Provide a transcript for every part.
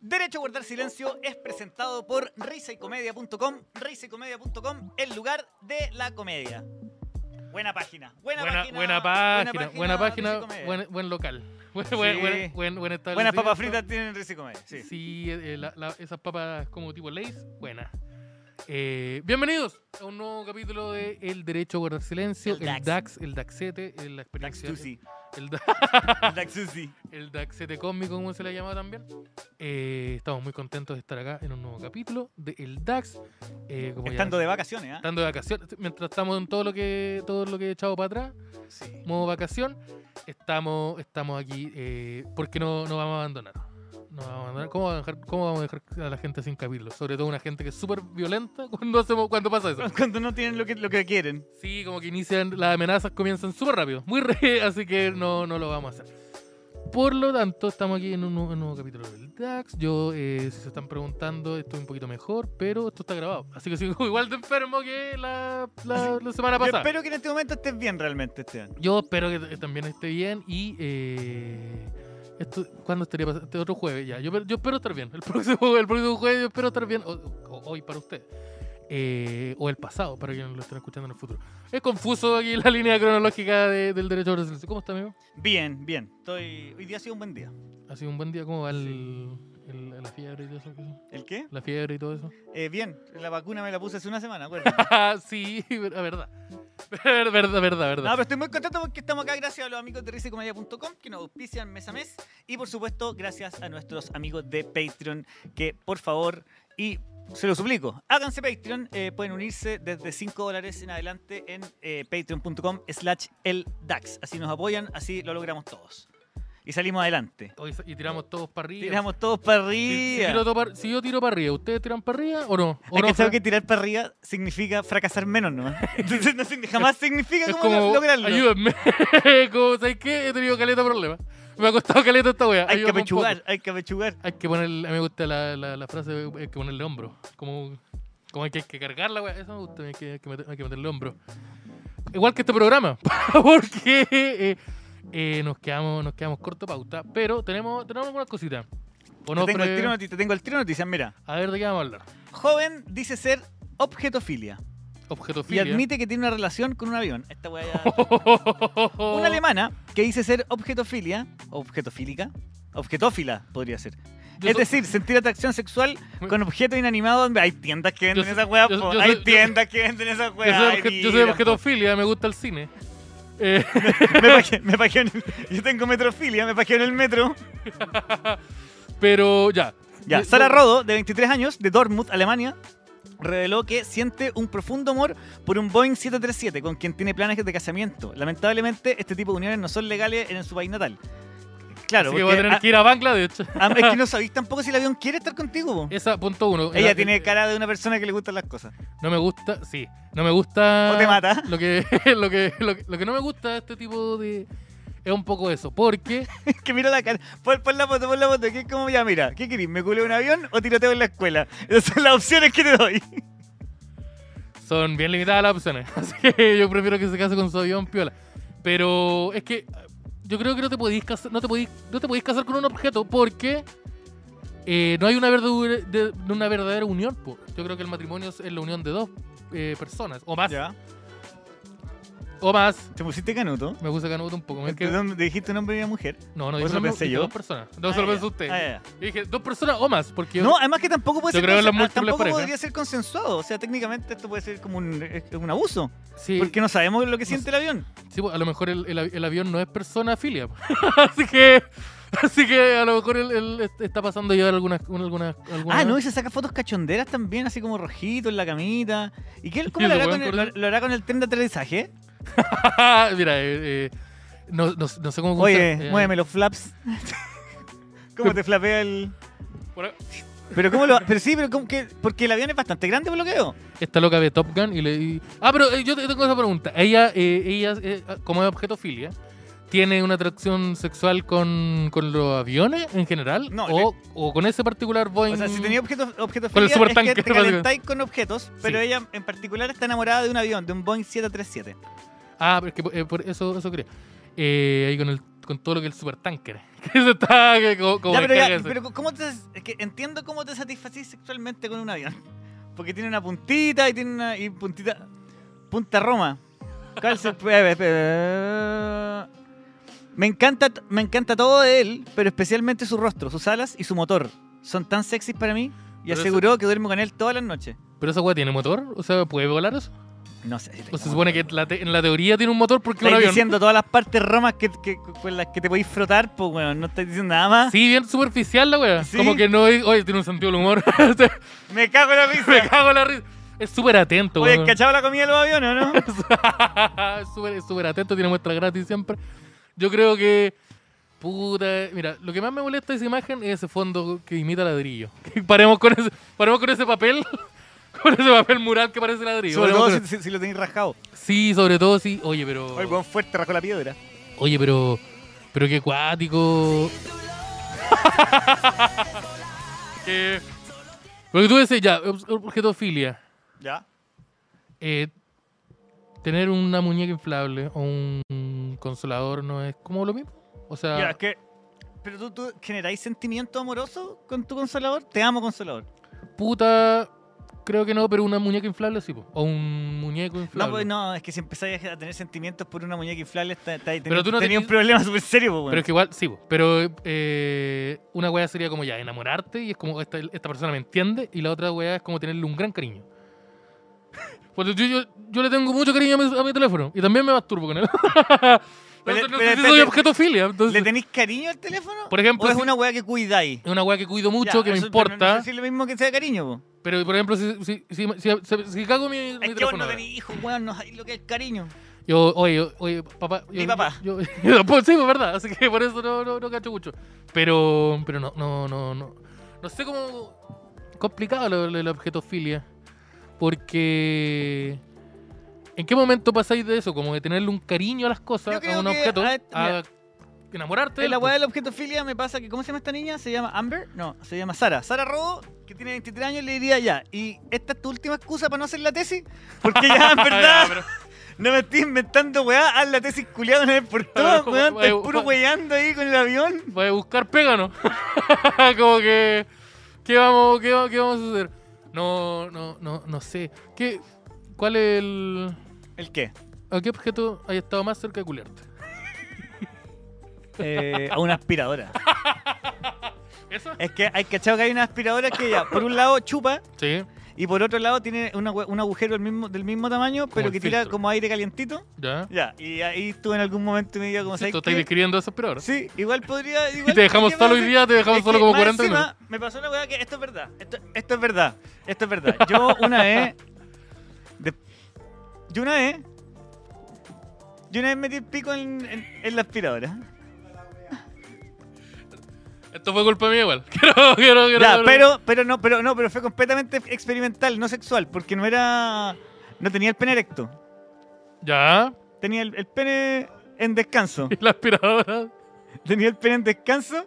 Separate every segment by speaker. Speaker 1: Derecho a guardar silencio es presentado por risaycomedia.com, risaycomedia.com, el lugar de la comedia. Buena página, buena,
Speaker 2: Buena,
Speaker 1: página.
Speaker 2: buena página, buena
Speaker 1: Risa
Speaker 2: página,
Speaker 1: y Comedia.
Speaker 2: buen, buen local. Buen, buen,
Speaker 1: Sí.
Speaker 2: buen, buen, buen
Speaker 1: Buenas
Speaker 2: establecimiento.
Speaker 1: papas fritas tienen Risicomedia, sí.
Speaker 2: Sí, eh, la- la- esas papas como tipo Lays, buenas. Eh, bienvenidos a un nuevo capítulo de El Derecho a Guardar Silencio,
Speaker 1: El
Speaker 2: el,
Speaker 1: Dax.
Speaker 2: DAX, el DAXete, eh, la
Speaker 1: Dax
Speaker 2: experiencia.
Speaker 1: Tusi.
Speaker 2: el, da-
Speaker 1: Dax Tusi.
Speaker 2: el DAXete cósmico, como se le llama también. Eh, estamos muy contentos de estar acá en un nuevo capítulo de El DAX. eh, como ya-
Speaker 1: Estando de vacaciones, ¿ah?
Speaker 2: estando de vacaciones, mientras estamos en todo lo que todo lo que he echado para atrás,
Speaker 1: Sí.
Speaker 2: modo vacación, estamos, estamos aquí eh, porque no, no vamos a abandonar. No vamos a abandonar. ¿Cómo, vamos a dejar, cómo vamos a dejar a la gente sin capítulo? Sobre todo una gente que es súper violenta cuando, hacemos, cuando pasa eso.
Speaker 1: Cuando no tienen lo que, lo que quieren.
Speaker 2: Sí, como que inician, las amenazas comienzan súper rápido, muy re, así que no, no lo vamos a hacer. Por lo tanto, estamos aquí en un nuevo, un nuevo capítulo del DAX. Yo, eh, si se están preguntando, estoy un poquito mejor, pero esto está grabado. Así que sigo igual de enfermo que la, la, la semana
Speaker 1: Yo
Speaker 2: pasada.
Speaker 1: espero que en este momento estés bien realmente, Esteban.
Speaker 2: Yo espero que t- también esté bien y eh, esto, ¿cuándo estaría pasando? Este otro jueves ya. Yo, yo espero estar bien. El próximo, el próximo jueves yo espero estar bien. O, o- hoy para usted. Eh, o el pasado, para quienes lo estén escuchando en el futuro. Es confuso aquí la línea cronológica de- del derecho a la residencia. ¿Cómo está, amigo?
Speaker 1: Bien, bien. Estoy... Hoy día ha sido un buen día.
Speaker 2: Ha sido un buen día. ¿Cómo va el, el- la fiebre y todo eso?
Speaker 1: ¿El qué?
Speaker 2: La fiebre y todo eso.
Speaker 1: Eh, bien, la vacuna me la puse hace una semana, acuérdate.
Speaker 2: sí, ver- verdad. Ver-
Speaker 1: No,
Speaker 2: Verdad, verdad, verdad.
Speaker 1: pero estoy muy contento porque estamos acá gracias a los amigos de risacomedia.com que nos auspician mes a mes y por supuesto gracias a nuestros amigos de Patreon que por favor y se lo suplico, háganse Patreon, eh, pueden unirse desde 5 dólares en adelante en eh, patreon.com slash el DAX, así nos apoyan, así lo logramos todos y salimos adelante.
Speaker 2: Hoy sa- y tiramos todos para arriba.
Speaker 1: Tiramos todos para
Speaker 2: Si, si tiro
Speaker 1: arriba.
Speaker 2: todo par- si yo tiro para arriba, ¿ustedes tiran para arriba o no? ¿O
Speaker 1: Hay
Speaker 2: no
Speaker 1: que saber
Speaker 2: Fran?
Speaker 1: que tirar para arriba significa fracasar menos, ¿no? Entonces no signi- jamás significa
Speaker 2: es
Speaker 1: como,
Speaker 2: como,
Speaker 1: lograrlo.
Speaker 2: ayúdenme. como, ¿sabéis qué? He tenido caleta de problemas. Me ha costado caleta esta wea.
Speaker 1: Hay que
Speaker 2: ayúdenme un poco.
Speaker 1: apechugar, hay que apechugar.
Speaker 2: Hay que ponerle, a mí me gusta la, la, la frase, hay que ponerle hombro. Como, como hay, que, hay que cargar la wea. Eso me gusta, hay que, hay que meter- hay que meterle hombro. Igual que este programa, porque eh, eh, nos quedamos nos quedamos corto pauta, pero tenemos, tenemos algunas cositas. ¿O no,
Speaker 1: te, tengo
Speaker 2: Fre?
Speaker 1: el tiro noti- te tengo el tiro de noticias, mira.
Speaker 2: A ver, ¿de qué vamos a hablar?
Speaker 1: Joven dice ser objetofilia y
Speaker 2: Objetofilia. Oh,
Speaker 1: admite que tiene una relación con un avión. Esta weá ya- Una alemana que dice ser objetofilia, objetofílica, objetófila podría ser.
Speaker 2: Yo
Speaker 1: es
Speaker 2: so-
Speaker 1: decir, sentir atracción sexual con objetos inanimados. Hay tiendas que venden
Speaker 2: so-
Speaker 1: esas weas,
Speaker 2: yo-
Speaker 1: po.
Speaker 2: yo
Speaker 1: hay
Speaker 2: soy- yo-
Speaker 1: tiendas que venden esas
Speaker 2: Yo
Speaker 1: weas.
Speaker 2: soy,
Speaker 1: ay,
Speaker 2: obje- yo soy
Speaker 1: mira,
Speaker 2: objetofilia, me gusta el cine. Eh,
Speaker 1: po. Me pajeo- me pajeo en el- yo tengo metrofilia, me pajeo en el metro.
Speaker 2: pero ya.
Speaker 1: Ya,
Speaker 2: Yo-
Speaker 1: Sara
Speaker 2: yo-
Speaker 1: Rodo, de 23 años, de Dortmund, Alemania, reveló que siente un profundo amor por un Boeing 737 con quien tiene planes de casamiento. Lamentablemente, este tipo de uniones no son legales en su país natal. Claro,
Speaker 2: Así
Speaker 1: porque
Speaker 2: que voy a tener
Speaker 1: a-
Speaker 2: que ir a Bangladesh.
Speaker 1: a- es que no sabéis tampoco si el avión quiere estar contigo. po.
Speaker 2: Esa, punto uno.
Speaker 1: Ella
Speaker 2: Era-
Speaker 1: tiene
Speaker 2: eh,
Speaker 1: cara de una persona que le gustan las cosas.
Speaker 2: No me gusta, sí. No me gusta.
Speaker 1: O te mata.
Speaker 2: Lo que, lo que, lo que, lo que no me gusta de este tipo de. Es un poco eso. Porque.
Speaker 1: que mira la cara. Pon, pon la foto, pon la foto. Que es como ya, mira, ¿qué querís? ¿Me culé un avión o tiroteo en la escuela? Esas son las opciones que te doy.
Speaker 2: son bien limitadas las opciones. Así que yo prefiero que se case con su avión piola. Pero es que yo creo que no te podéis casar, no te podís, no te podís casar con un objeto porque eh, no hay una verdadera, de- de una verdadera unión. po. Yo creo que el matrimonio es es la unión de dos eh, personas o más.
Speaker 1: Ya.
Speaker 2: O más.
Speaker 1: ¿Te pusiste canuto?
Speaker 2: Me gusta Canuto un poco. me- que-
Speaker 1: Entonces, ¿Dijiste un hombre y una mujer?
Speaker 2: no, no
Speaker 1: ¿O
Speaker 2: dije
Speaker 1: eso
Speaker 2: un-
Speaker 1: Pues pensé
Speaker 2: dije
Speaker 1: yo?
Speaker 2: dos personas. No,
Speaker 1: Ah,
Speaker 2: solo
Speaker 1: ya.
Speaker 2: pensé usted.
Speaker 1: Ah, ya.
Speaker 2: Yo Dije dos personas o más porque
Speaker 1: No, además que tampoco puede
Speaker 2: Yo
Speaker 1: ser
Speaker 2: creo en las
Speaker 1: consen- ah,
Speaker 2: múltiples
Speaker 1: tampoco
Speaker 2: parejas.
Speaker 1: podría ser consensuado. O sea, técnicamente esto puede ser como un, es un abuso.
Speaker 2: sí,
Speaker 1: Porque no sabemos lo que
Speaker 2: No
Speaker 1: siente el avión.
Speaker 2: Sí, pues, a lo mejor el, el av- el avión no es persona filia. así que así que a lo mejor el, el est- está pasando ya algunas algunas algunas
Speaker 1: Ah, no, y se saca fotos cachonderas también, así como rojito en la camita. ¿Y qué, cómo
Speaker 2: ¿Y
Speaker 1: lo
Speaker 2: eso
Speaker 1: hará, con
Speaker 2: pueden
Speaker 1: el, lo,
Speaker 2: cortar?
Speaker 1: lo hará con el tren de aterrizaje?
Speaker 2: mira, eh, eh, no, no, no sé cómo funciona.
Speaker 1: Oye,
Speaker 2: Eh,
Speaker 1: muéveme los flaps. ¿Cómo te flapea el.?
Speaker 2: por-
Speaker 1: Pero cómo lo. Pero sí, pero ¿cómo que- porque el avión es bastante grande, por lo que veo.
Speaker 2: Esta loca de Top Gun y le y- Ah, pero eh, yo te- tengo esa pregunta. Ella eh, ella eh, como es objeto filia, tiene una atracción sexual con, con los aviones en general?
Speaker 1: No,
Speaker 2: o, o con ese particular Boeing?
Speaker 1: O sea, si tenía objetos, objetos
Speaker 2: Mm. Con el
Speaker 1: es que te
Speaker 2: supertanker, básicamente.
Speaker 1: calentáis con objetos, pero
Speaker 2: Sí.
Speaker 1: ella en particular está enamorada de un avión, de un Boeing 737.
Speaker 2: Ah, porque por, eh, por eso, eso quería. Eh, ahí con, el, con todo lo que es el supertanker. Que eso está que co- como
Speaker 1: ya, pero, ya,
Speaker 2: descarga eso.
Speaker 1: pero ¿cómo te, es que entiendo cómo te satisfacís sexualmente con un avión. Porque tiene una puntita y tiene una y puntita. Punta Roma. Calce- pe- pe- pe- Me encanta, me encanta todo de él, pero especialmente su rostro, sus alas y su motor. Son tan sexys para mí y
Speaker 2: Pero eso-
Speaker 1: aseguró que duermo con él todas las noches.
Speaker 2: Pero esa weá tiene motor, o sea, ¿puede volar eso?
Speaker 1: No sé. si tengo
Speaker 2: O Pues se supone que la te- en la teoría tiene un motor porque es un
Speaker 1: Estáis
Speaker 2: avión.
Speaker 1: diciendo todas las partes romas que, que- con las que te podéis frotar, pues, weón. No estáis diciendo nada más.
Speaker 2: Sí, bien superficial la weá.
Speaker 1: Sí.
Speaker 2: Como que no. Oye, tiene un sentido del humor. Me
Speaker 1: Me cago en la pizza.
Speaker 2: cago en la risa. Es súper atento,
Speaker 1: Oye,
Speaker 2: weón.
Speaker 1: ¿cachado la comida de los aviones, o no?
Speaker 2: Es súper es súper atento, tiene muestras gratis siempre. Yo creo que. Puta. Mira, lo que más me molesta de esa imagen es ese fondo que imita ladrillo. paremos, con ese, paremos con ese papel. Con ese papel mural que parece ladrillo.
Speaker 1: Sobre
Speaker 2: Paremos
Speaker 1: todo
Speaker 2: con-
Speaker 1: si, si- si lo tenéis rascado.
Speaker 2: Sí, sobre todo sí. Oye, pero.
Speaker 1: Oye, el weón fuerte rascó la piedra.
Speaker 2: Oye, pero. Pero qué cuático. que. Porque tú decís, ya, ob- objetofilia.
Speaker 1: Ya.
Speaker 2: Eh, tener una muñeca inflable o un consolador no es como lo mismo. O sea,
Speaker 1: Ya, es que. Pero tú, tú generáis sentimiento amoroso con tu consolador. Te amo, consolador.
Speaker 2: puta. Creo que no, pero una muñeca inflable sí, po. O un muñeco inflable.
Speaker 1: No, pues no, es que si empezáis a tener sentimientos por una muñeca inflable, está, está,
Speaker 2: Pero tú no
Speaker 1: tenías
Speaker 2: tenís-
Speaker 1: un problema súper serio, pues, weón.
Speaker 2: Pero es que igual, sí, po. pero eh, una wea sería como ya enamorarte y es como esta, esta persona me entiende y la otra wea es como tenerle un gran cariño. Porque yo, yo, yo le tengo mucho cariño a mi, a mi teléfono y también me masturbo con él.
Speaker 1: Pero-
Speaker 2: Entonces, no
Speaker 1: pero
Speaker 2: sé si soy
Speaker 1: espérate.
Speaker 2: objetofilia.
Speaker 1: ¿Le
Speaker 2: Entonces,
Speaker 1: tenéis cariño al teléfono?
Speaker 2: por ejemplo,
Speaker 1: ¿O es
Speaker 2: si-
Speaker 1: una weá que cuidáis?
Speaker 2: es una wea que cuido mucho,
Speaker 1: Ya,
Speaker 2: que me
Speaker 1: eso- pero
Speaker 2: importa.
Speaker 1: No, sé si es lo mismo que sea cariño, pues. po.
Speaker 2: Pero, por ejemplo, si, si, si, si, si- si cago mi, mi
Speaker 1: Es que vos
Speaker 2: teléfono.
Speaker 1: no
Speaker 2: ahora,
Speaker 1: tenés hijos, weón, no sabés lo que es cariño.
Speaker 2: Yo, oye, yo- oye, papá. Yo,
Speaker 1: Mi papá.
Speaker 2: Yo, yo tampoco- sí, es verdad. Así que por eso no, no, no cacho mucho. Pero, pero no, no, no, no. No sé cómo. Complicado lo, lo- la objetofilia. Porque. ¿En qué momento pasáis de eso? Como de tenerle un cariño a las
Speaker 1: Yo
Speaker 2: cosas,
Speaker 1: creo
Speaker 2: a un
Speaker 1: que
Speaker 2: objeto,
Speaker 1: a este-
Speaker 2: a enamorarte. de
Speaker 1: En la
Speaker 2: él,
Speaker 1: weá de la objetofilia me pasa que, ¿cómo se llama esta niña? ¿Se llama Amber? No, se llama Sara. Sara Robo, que tiene 23 años, le diría ya. ¿Y esta es tu última excusa para no hacer la tesis? Porque ya, en
Speaker 2: pues.
Speaker 1: verdad,
Speaker 2: Ya, pero-
Speaker 1: no me estoy inventando weá. Haz la tesis culiada una vez por todas, weón. Estás
Speaker 2: eh,
Speaker 1: puro weyando ahí con el avión.
Speaker 2: Voy a buscar pégano. como que. ¿Qué vamos, qué, va- qué vamos a hacer? No, no, no, no sé. ¿Qué, ¿Cuál es el.
Speaker 1: ¿El qué?
Speaker 2: ¿A qué objeto haya estado más cerca de culiarte?
Speaker 1: Eh, a una aspiradora.
Speaker 2: ¿Eso?
Speaker 1: Es que hay cachado que hay una aspiradora que ya, por un lado, chupa.
Speaker 2: Sí,
Speaker 1: Y por otro lado tiene una hue- un agujero del mismo, del mismo tamaño, pero
Speaker 2: el
Speaker 1: que tira
Speaker 2: filtro.
Speaker 1: como aire calientito.
Speaker 2: ya.
Speaker 1: Ya, y ahí tú en algún momento me digas como
Speaker 2: Sí,
Speaker 1: sabes
Speaker 2: tú estás describiendo eso, pero ahora.
Speaker 1: Sí, igual podría. Igual
Speaker 2: Y te dejamos
Speaker 1: podría
Speaker 2: solo hoy
Speaker 1: hacer-
Speaker 2: día, te dejamos
Speaker 1: Es
Speaker 2: solo
Speaker 1: que
Speaker 2: como
Speaker 1: más
Speaker 2: 40
Speaker 1: encima,
Speaker 2: minutos.
Speaker 1: Me pasó una weá que esto es verdad. Esto, esto es verdad. Esto es verdad. Yo una vez. de- yo una vez. Yo una vez metí el pico en, en- en la aspiradora.
Speaker 2: Esto fue culpa mía igual. Quiero, quiero, quiero.
Speaker 1: Ya,
Speaker 2: quiero-
Speaker 1: pero, pero no, pero no, pero fue completamente experimental, no sexual, porque no era. No tenía el pene erecto.
Speaker 2: Ya.
Speaker 1: Tenía el, el pene en descanso.
Speaker 2: Y la aspiradora.
Speaker 1: Tenía el pene en descanso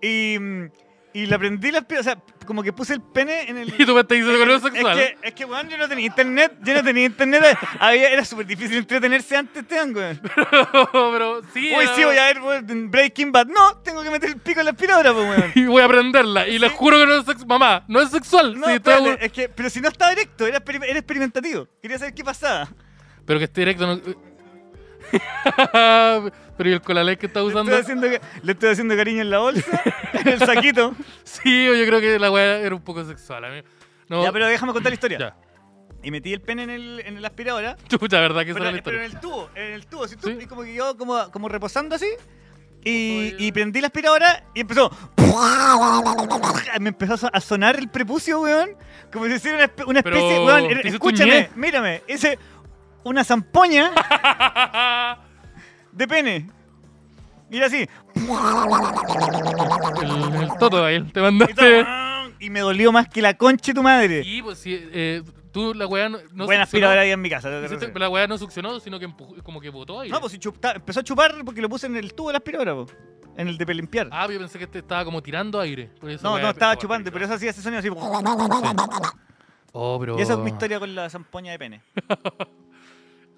Speaker 1: y. mm, Y la prendí la aspiradora. O sea, como que puse el pene en el.
Speaker 2: Y tú me estás diciendo que no es
Speaker 1: Es
Speaker 2: sexual.
Speaker 1: que, es que, weón, yo no tenía internet, yo no tenía internet, había, era súper difícil entretenerse antes, Esteban, weón.
Speaker 2: pero sí.
Speaker 1: Uy,
Speaker 2: era-
Speaker 1: sí, voy a ver weón, Breaking Bad. No, tengo que meter el pico en la aspiradora, pues, weón.
Speaker 2: Y voy a prenderla. Y les juro que no es sexual. Mamá, no es sexual.
Speaker 1: No,
Speaker 2: Sí, está
Speaker 1: espérate,
Speaker 2: bueno.
Speaker 1: es que, pero si no estaba directo, era, exper- era experimentativo. Quería saber qué pasaba.
Speaker 2: Pero que esté directo no. Pero y el colalé que está
Speaker 1: Le
Speaker 2: usando.
Speaker 1: estoy, haciendo, ca- le estoy haciendo cariño en la bolsa, en el saquito.
Speaker 2: Sí, yo creo que la weá era un poco sexual, amigo. No,
Speaker 1: Ya, pero déjame contar la historia.
Speaker 2: ya.
Speaker 1: Y metí el pene en el, en el aspiradora,
Speaker 2: Chucha, verdad que esa
Speaker 1: pero,
Speaker 2: era la
Speaker 1: pero
Speaker 2: historia.
Speaker 1: en el tubo, en el tubo. Si tú,
Speaker 2: Sí.
Speaker 1: y como que yo, como, como reposando así, y,
Speaker 2: Oye.
Speaker 1: y prendí la aspiradora y empezó... Me empezó a so- a sonar el prepucio, weón. Como si hiciera una, espe- una
Speaker 2: Pero,
Speaker 1: especie... weón,
Speaker 2: ¿te
Speaker 1: er-
Speaker 2: hiciste un ñe?
Speaker 1: escúchame, mírame. Hice una zampoña de pene. Y era así.
Speaker 2: El, el toto ahí, te
Speaker 1: Y, todo,
Speaker 2: mandaste.
Speaker 1: y me dolió más que la concha de tu madre.
Speaker 2: Y pues sí, eh, Tú la weá no, no
Speaker 1: Buena
Speaker 2: succionó.
Speaker 1: aspiradora había en mi casa. tengo que
Speaker 2: Hiciste-
Speaker 1: reconocer.
Speaker 2: La weá no succionó, sino que empujó- como que botó aire.
Speaker 1: No, pues si chupta- empezó a chupar porque lo puse en el tubo de la aspiradora, po. en el de pelimpiar.
Speaker 2: Ah, yo pensé que te estaba como tirando aire. por eso,
Speaker 1: no,
Speaker 2: weá,
Speaker 1: no, estaba
Speaker 2: oh,
Speaker 1: chupando, pero eso hacía ese sonido así. po.
Speaker 2: Oh, pero...
Speaker 1: Y esa es mi historia con la zampoña de pene.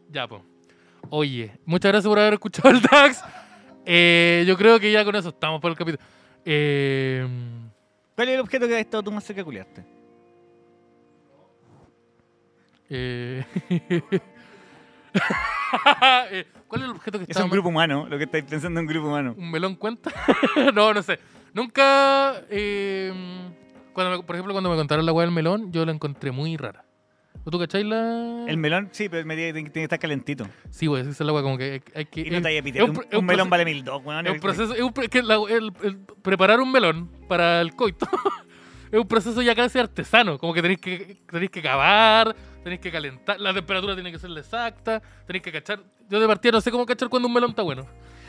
Speaker 2: Ya, pues. Oye, muchas gracias por haber escuchado el DAX. Eh, yo creo que ya con eso estamos por el capítulo. Eh,
Speaker 1: ¿Cuál es el objeto que has estado tú más cerca de culiarte?
Speaker 2: eh. Eh, ¿Cuál es el objeto que
Speaker 1: Es
Speaker 2: está
Speaker 1: un grupo humano, lo que estáis pensando en un grupo humano.
Speaker 2: ¿Un melón cuenta? no, no sé. Nunca. eh, cuando me- por ejemplo, cuando me contaron la hueá del melón, yo la encontré muy rara. ¿Tú cacháis la.?
Speaker 1: El melón, sí, pero me tiene tiene que estar calentito.
Speaker 2: Sí, güey, esa es la hueá como que hay, hay que.
Speaker 1: Y no
Speaker 2: es-
Speaker 1: te vayas a
Speaker 2: es
Speaker 1: pitear. Un,
Speaker 2: pro- es
Speaker 1: un melón
Speaker 2: proce-
Speaker 1: vale mil dos, weón.
Speaker 2: Es un proceso. es un pro- que la- el- el preparar un melón para el coito es un proceso ya casi artesano. Como que tenéis que, tenéis que cavar, tenéis que calentar. La temperatura tiene que ser la exacta. Tenéis que cachar. Yo de partida no sé cómo cachar cuando un melón está bueno.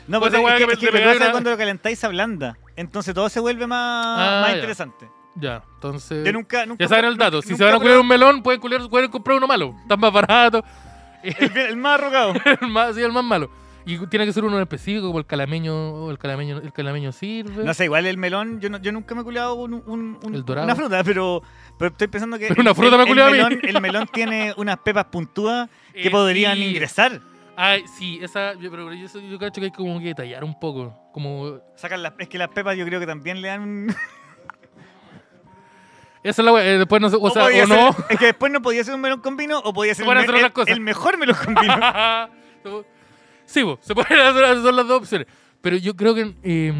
Speaker 1: No, pero
Speaker 2: Pues esa
Speaker 1: es
Speaker 2: weá
Speaker 1: que,
Speaker 2: que
Speaker 1: es que lo
Speaker 2: me-
Speaker 1: que
Speaker 2: me pegué
Speaker 1: pasa es
Speaker 2: una-
Speaker 1: que cuando lo calentáis se ablanda. Entonces todo se vuelve más,
Speaker 2: Ah,
Speaker 1: más
Speaker 2: ya.
Speaker 1: interesante.
Speaker 2: Ya, entonces.
Speaker 1: Yo nunca, nunca.
Speaker 2: Ya saben el dato. Si
Speaker 1: nunca
Speaker 2: se van a
Speaker 1: probé
Speaker 2: culiar un melón, pueden, culiar- pueden comprar uno malo. Está más barato,
Speaker 1: El, el más arrugado.
Speaker 2: el más, sí, el más malo. Y tiene que ser uno en específico, como el calameño, el calameño, el calameño sirve.
Speaker 1: No sé, igual el melón, yo, no- yo nunca me he culeado un, un- un-
Speaker 2: Pues- El dorado.
Speaker 1: una fruta, pero, pero estoy pensando que.
Speaker 2: Pero una
Speaker 1: el-
Speaker 2: fruta
Speaker 1: el-
Speaker 2: me he culeado a
Speaker 1: el,
Speaker 2: mí.
Speaker 1: melón, el melón tiene unas pepas puntudas que
Speaker 2: Eh,
Speaker 1: podrían
Speaker 2: sí.
Speaker 1: ingresar.
Speaker 2: Ay, sí, esa, yo, pero yo, yo, creo que hay como que detallar un poco. Como,
Speaker 1: Sacan las, es que las pepas yo creo que también le dan un.
Speaker 2: esa es la wea, eh, después no sé, o sea,
Speaker 1: podía
Speaker 2: o no.
Speaker 1: ser- es que después no podía ser un melón con vino o podía ser
Speaker 2: Se pueden
Speaker 1: el,
Speaker 2: hacer
Speaker 1: me-
Speaker 2: otras
Speaker 1: el-
Speaker 2: cosas.
Speaker 1: el mejor melón con vino.
Speaker 2: sí, bo, se pueden hacer, son las dos opciones. Pero yo creo que, eh,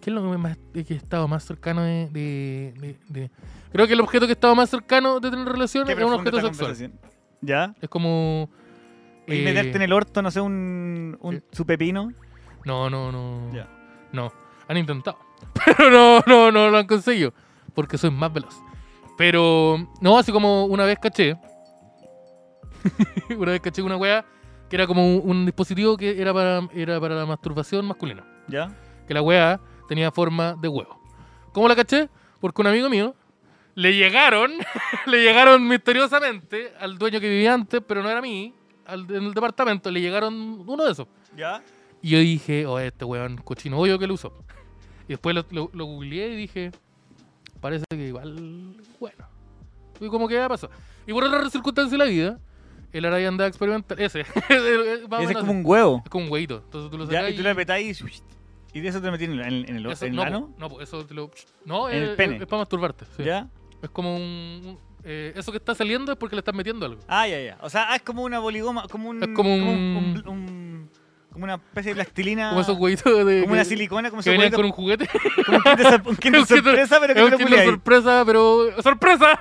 Speaker 2: ¿qué es lo que, más, de que he estado más cercano de, de- de- de- Creo que el objeto que he estado más cercano de tener relación
Speaker 1: Qué
Speaker 2: es un
Speaker 1: profunda
Speaker 2: objeto
Speaker 1: esta
Speaker 2: sexual.
Speaker 1: conversación. ¿Ya?
Speaker 2: Es como.
Speaker 1: Y
Speaker 2: eh,
Speaker 1: meterte en el orto, no sé, un, un
Speaker 2: eh.
Speaker 1: su pepino.
Speaker 2: No, no, no.
Speaker 1: Ya.
Speaker 2: No. Han intentado. Pero no, no, no lo han conseguido. Porque soy más veloz. Pero. No, así como una vez caché. una vez caché una weá que era como un, un dispositivo que era para, era para la masturbación masculina.
Speaker 1: ¿Ya?
Speaker 2: Que la weá tenía forma de huevo. ¿Cómo la caché? Porque un amigo mío le llegaron, le llegaron misteriosamente al dueño que vivía antes, pero no era a mí, al, en el departamento, le llegaron uno de esos.
Speaker 1: ¿Ya?
Speaker 2: Y yo dije, oh, este weón cochino, obvio que lo uso. Y después lo, lo, lo googleé y dije, parece que igual, bueno. Y como que ya pasó. Y por otras circunstancias de la vida, el Araya andaba experimental. Ese, ese más
Speaker 1: Ese
Speaker 2: o
Speaker 1: es
Speaker 2: menos
Speaker 1: como
Speaker 2: así.
Speaker 1: un huevo.
Speaker 2: Es como un huevito. Entonces tú lo
Speaker 1: ¿Ya?
Speaker 2: sacas
Speaker 1: Y tú le apretás y, y de eso te metí en, el- en- en el,
Speaker 2: eso-
Speaker 1: en el
Speaker 2: no,
Speaker 1: ano.
Speaker 2: po, no, po, eso te lo. No,
Speaker 1: En
Speaker 2: es,
Speaker 1: el pene.
Speaker 2: es para masturbarte. sí.
Speaker 1: ¿Ya?
Speaker 2: Es como un. un- eh, eso que está saliendo es porque le estás metiendo algo.
Speaker 1: Ah, ya, ya. O sea, ah, es como una boligoma, como un.
Speaker 2: Es como un-
Speaker 1: un- un- como una especie de plastilina.
Speaker 2: Como esos huevitos de.
Speaker 1: Ah. como una
Speaker 2: que-
Speaker 1: silicona, como,
Speaker 2: Que
Speaker 1: esos
Speaker 2: venían
Speaker 1: huevitos-
Speaker 2: con un juguete.
Speaker 1: como un Kinder sor- un Kinder
Speaker 2: Es un Kinder-
Speaker 1: sorpresa, pero
Speaker 2: Es
Speaker 1: que te
Speaker 2: un
Speaker 1: lo
Speaker 2: Kinder
Speaker 1: culiáis.
Speaker 2: sorpresa, pero. ¡Sorpresa!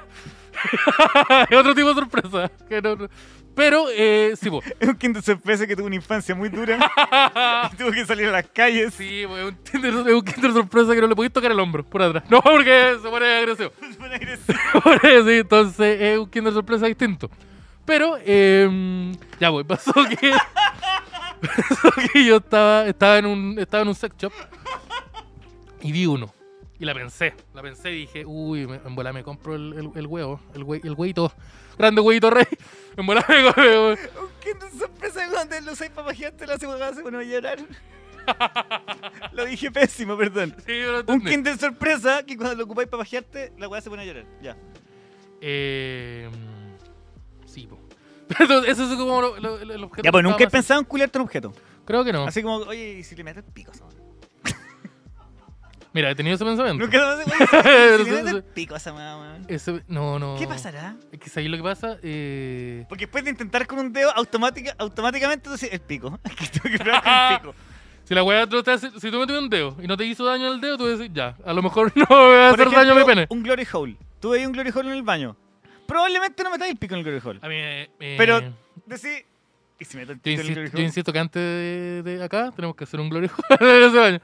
Speaker 2: es otro tipo de sorpresa. que no- no. Pero, eh, sí, po.
Speaker 1: Es un Kinder sorpresa que tuvo una infancia muy dura y tuvo que salir a las calles.
Speaker 2: sí, po, es un, Tinder, es un Kinder sorpresa que no le podéis tocar el hombro por atrás. No, porque se pone agresivo.
Speaker 1: Una agresión.
Speaker 2: Por eso, sí, entonces eh, es un Kinder sorpresa distinto. Pero, eh, ya, voy, pasó que. pasó que yo estaba, estaba, en un, estaba en un sex shop y vi uno. Y la pensé, la pensé y dije, uy, me- en bola me compro el, el, el huevo, el, hue- el huevito, grande huevito rey. En bola me compro.
Speaker 1: Un Kinder sorpresa cuando lo usáis para pajearte la segunda se pone a llorar. lo dije pésimo, perdón.
Speaker 2: Sí, yo
Speaker 1: Un
Speaker 2: lo entendí.
Speaker 1: Kinder sorpresa que cuando lo ocupáis para pajearte, la weá se pone a llorar. Ya.
Speaker 2: Eh, sí, po. Pero eso es como lo- lo- lo- el objeto.
Speaker 1: Ya, pues
Speaker 2: que
Speaker 1: nunca he
Speaker 2: estaba más-
Speaker 1: pensado en culiarte un objeto.
Speaker 2: Creo que no.
Speaker 1: Así como, oye, ¿y si le meto el pico, esa weá?
Speaker 2: Mira, he tenido ese pensamiento.
Speaker 1: Nunca lo hace,
Speaker 2: Sí,
Speaker 1: güey. Si le meto el
Speaker 2: sí. Oh.
Speaker 1: pico a esa weá, weón.
Speaker 2: Ese- no, no.
Speaker 1: ¿Qué pasará?
Speaker 2: Es que ahí lo que pasa. Eh...
Speaker 1: Porque después de intentar con un dedo, automática, automáticamente tú dices, el pico. que tengo que probar con el pico.
Speaker 2: Si la weá no te hace- si tú metes un dedo y no te hizo daño en el dedo, tú decís, ya, a lo mejor no me va a
Speaker 1: Por
Speaker 2: hacer daño a mi
Speaker 1: ejemplo,
Speaker 2: pene.
Speaker 1: Un glory hole. Tú veías un glory hole en el baño. Probablemente no metáis el pico en el glory hole.
Speaker 2: A mí, eh, eh,
Speaker 1: Pero decís, ¿y si meto el
Speaker 2: yo
Speaker 1: pico en el
Speaker 2: insisto,
Speaker 1: glory
Speaker 2: yo
Speaker 1: hole?
Speaker 2: insisto que antes de, de acá tenemos que hacer un glory hole en ese baño.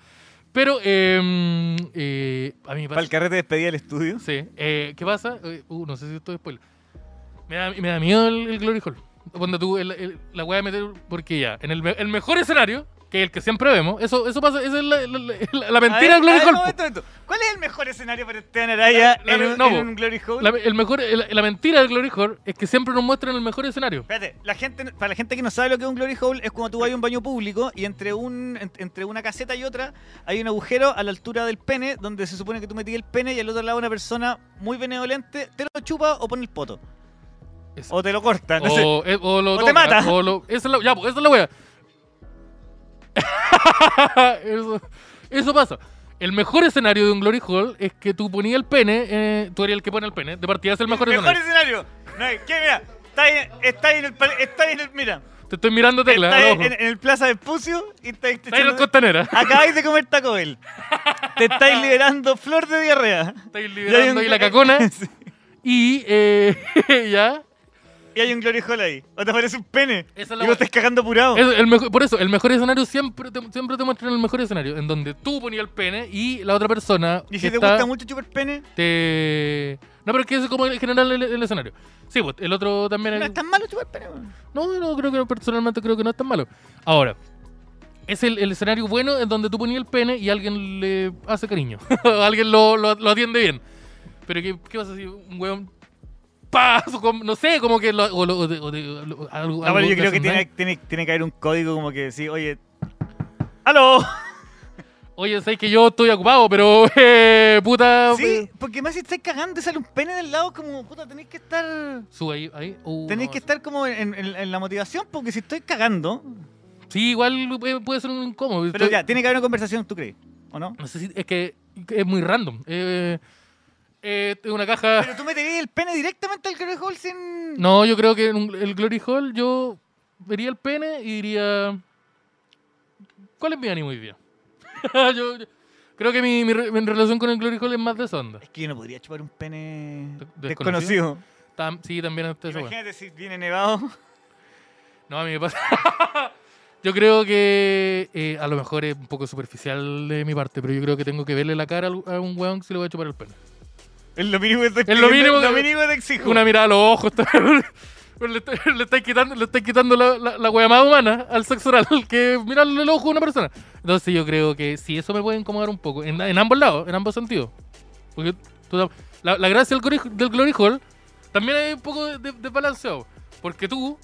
Speaker 2: Pero, eh, eh, a mí me
Speaker 1: Para el
Speaker 2: pasa.
Speaker 1: carrete de despedida del estudio.
Speaker 2: Sí, eh, ¿qué pasa? Eh, Uh, no sé si esto es spoiler. Me da, me da miedo el, el glory hole. Cuando tú, el- el- la weá de meter, porque ya, en el, me- el mejor escenario, que es el que siempre vemos. Eso, eso pasa, esa es la, la- la- la
Speaker 1: A ver,
Speaker 2: mentira de
Speaker 1: a
Speaker 2: Glory
Speaker 1: ver,
Speaker 2: Hole.
Speaker 1: momento, momento. ¿Cuál es el mejor escenario para Esteban Araya
Speaker 2: La- la-
Speaker 1: en, un,
Speaker 2: no,
Speaker 1: en
Speaker 2: po.
Speaker 1: un Glory Hole?
Speaker 2: La, el mejor, el- la mentira del Glory Hole es que siempre nos muestran el mejor escenario.
Speaker 1: Espérate, la gente, para la gente que no sabe lo que es un glory hole, es cuando tú vas a un baño público y entre un en- entre una caseta y otra hay un agujero a la altura del pene donde se supone que tú metí el pene y al otro lado una persona muy benevolente te lo chupa o pone el poto.
Speaker 2: Eso.
Speaker 1: O te lo corta, Ah, no sé.
Speaker 2: O, eh, o lo
Speaker 1: O te
Speaker 2: toca,
Speaker 1: mata.
Speaker 2: o lo- esa es la, ya, pues, esa es la wea. eso, eso pasa. El mejor escenario de un Glory Hall es que tú ponías el pene, eh, tú eres el que pone el pene. De partida es el mejor, escenario.
Speaker 1: escenario. No hay- ¿Qué? Mira, está ahí, está ahí en el pal- está ahí en el mira.
Speaker 2: Te estoy mirando tecla.
Speaker 1: Está ahí
Speaker 2: al ojo.
Speaker 1: en, en el Plaza de Pucio y está ahí te
Speaker 2: Está ahí en el
Speaker 1: echando-
Speaker 2: costanera.
Speaker 1: Acabáis de comer Taco Bell. Te estáis liberando flor de diarrea.
Speaker 2: Estáis
Speaker 1: Y hay un
Speaker 2: liberando ahí la
Speaker 1: glory-
Speaker 2: cacona.
Speaker 1: Sí.
Speaker 2: Y eh, ya.
Speaker 1: Y hay un glory hole ahí. O te parece un pene.
Speaker 2: Esa
Speaker 1: y
Speaker 2: es la
Speaker 1: vos
Speaker 2: wea.
Speaker 1: estás cagando apurado.
Speaker 2: Es el mejor- por eso, el mejor escenario siempre te, siempre te muestran el mejor escenario. En donde tú ponías el pene y la otra persona.
Speaker 1: Y
Speaker 2: que
Speaker 1: si te
Speaker 2: está-
Speaker 1: gusta mucho chupar pene,
Speaker 2: Te- No, pero es que eso es como en general el, el escenario. Sí, pues el otro también.
Speaker 1: no
Speaker 2: es-
Speaker 1: es tan malo chupar pene. weón.
Speaker 2: No, no, creo que no, personalmente creo que no es tan malo. Ahora, es el, el escenario bueno en donde tú ponías el pene y alguien le hace cariño. alguien lo, lo- lo atiende bien. Pero ¿qué, qué pasa si un weón. ¡Pah! Su com- No sé, como que. Lo, o lo- o te- o te- o lo- algo,
Speaker 1: No,
Speaker 2: algo
Speaker 1: pero yo
Speaker 2: le
Speaker 1: creo que
Speaker 2: hacen
Speaker 1: tiene,
Speaker 2: daño.
Speaker 1: tiene, tiene que haber un código como que decir, oye. ¡Aló!
Speaker 2: Oye, sabes que yo estoy ocupado, pero. eh, puta.
Speaker 1: Sí, porque más si estás cagando y sale un pene del lado, como puta, tenéis que estar.
Speaker 2: Sube ahí. ahí. Uh,
Speaker 1: Tenéis
Speaker 2: no,
Speaker 1: que
Speaker 2: sí.
Speaker 1: estar como en, en- en la motivación, porque si estoy cagando.
Speaker 2: Sí, igual puede, puede ser un incómodo.
Speaker 1: Pero
Speaker 2: Estoy-
Speaker 1: ya, tiene que haber una conversación, ¿tú crees? ¿O no?
Speaker 2: No sé si. Es que es muy random. Eh, eh, es una caja.
Speaker 1: Pero tú meterías el pene directamente al glory hole sin.
Speaker 2: No, yo creo que en un- el Glory Hall yo vería el pene y diría. ¿Cuál es mi ánimo hoy día? yo, yo creo que mi, mi re- mi relación con el Glory Hall es más de esa onda.
Speaker 1: Es que yo no podría chupar un pene
Speaker 2: ¿De- desconocido?
Speaker 1: desconocido.
Speaker 2: Tam- sí, también está esa weá.
Speaker 1: Imagínate si viene nevado.
Speaker 2: No, a mí me pasa. yo creo que eh, a lo mejor es un poco superficial de mi parte, pero yo creo que tengo que verle la cara al- a un weón si le voy a chupar el pene.
Speaker 1: Es lo mínimo que te
Speaker 2: Es lo mínimo
Speaker 1: lo
Speaker 2: que-
Speaker 1: mínimo que te exijo.
Speaker 2: Una mirada a los ojos. está- pero le estáis le estáis quitando, le estáis quitando la, la, la wea más humana al sexo oral que mirarle el ojo a una persona. Entonces yo creo que si eso me puede incomodar un poco. En, en ambos lados, en ambos sentidos. Porque tú tam- la, la gracia del glory, del glory hole también es un poco de- de- desbalanceado. porque tú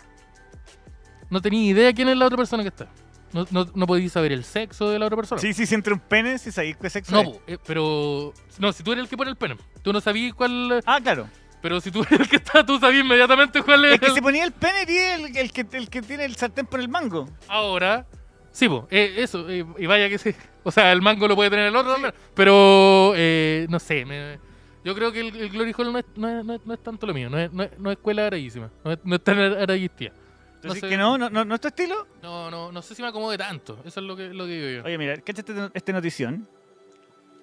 Speaker 2: no tenías idea quién es la otra persona que está. No, no, no podías saber el sexo de la otra persona.
Speaker 1: Sí, sí, si entra un pene, si sabéis que es sexo.
Speaker 2: No,
Speaker 1: es.
Speaker 2: po, eh, pero... No, si tú eres el que pone el pene. Tú no sabías cuál...
Speaker 1: Ah, claro.
Speaker 2: Pero si tú eres el que está, tú sabías inmediatamente cuál es.
Speaker 1: Es que
Speaker 2: el-
Speaker 1: si ponía el pene, era el, el que, el que tiene el sartén por el mango.
Speaker 2: Ahora, sí, po, eh, eso, eh, y vaya que sí. O sea, el mango lo puede tener el otro también. Pero, eh, no sé, me- yo creo que el, el Glory Hole no es, no, es, no es- no es tanto lo mío, no es, no es, no es escuela araísima, no es, no es tan ara- araístia.
Speaker 1: Entonces,
Speaker 2: sé.
Speaker 1: que no, no, no, no es tu estilo.
Speaker 2: No, no, no sé si me acomode tanto, eso es lo que, lo que digo yo.
Speaker 1: Oye, mira, cachate esta notición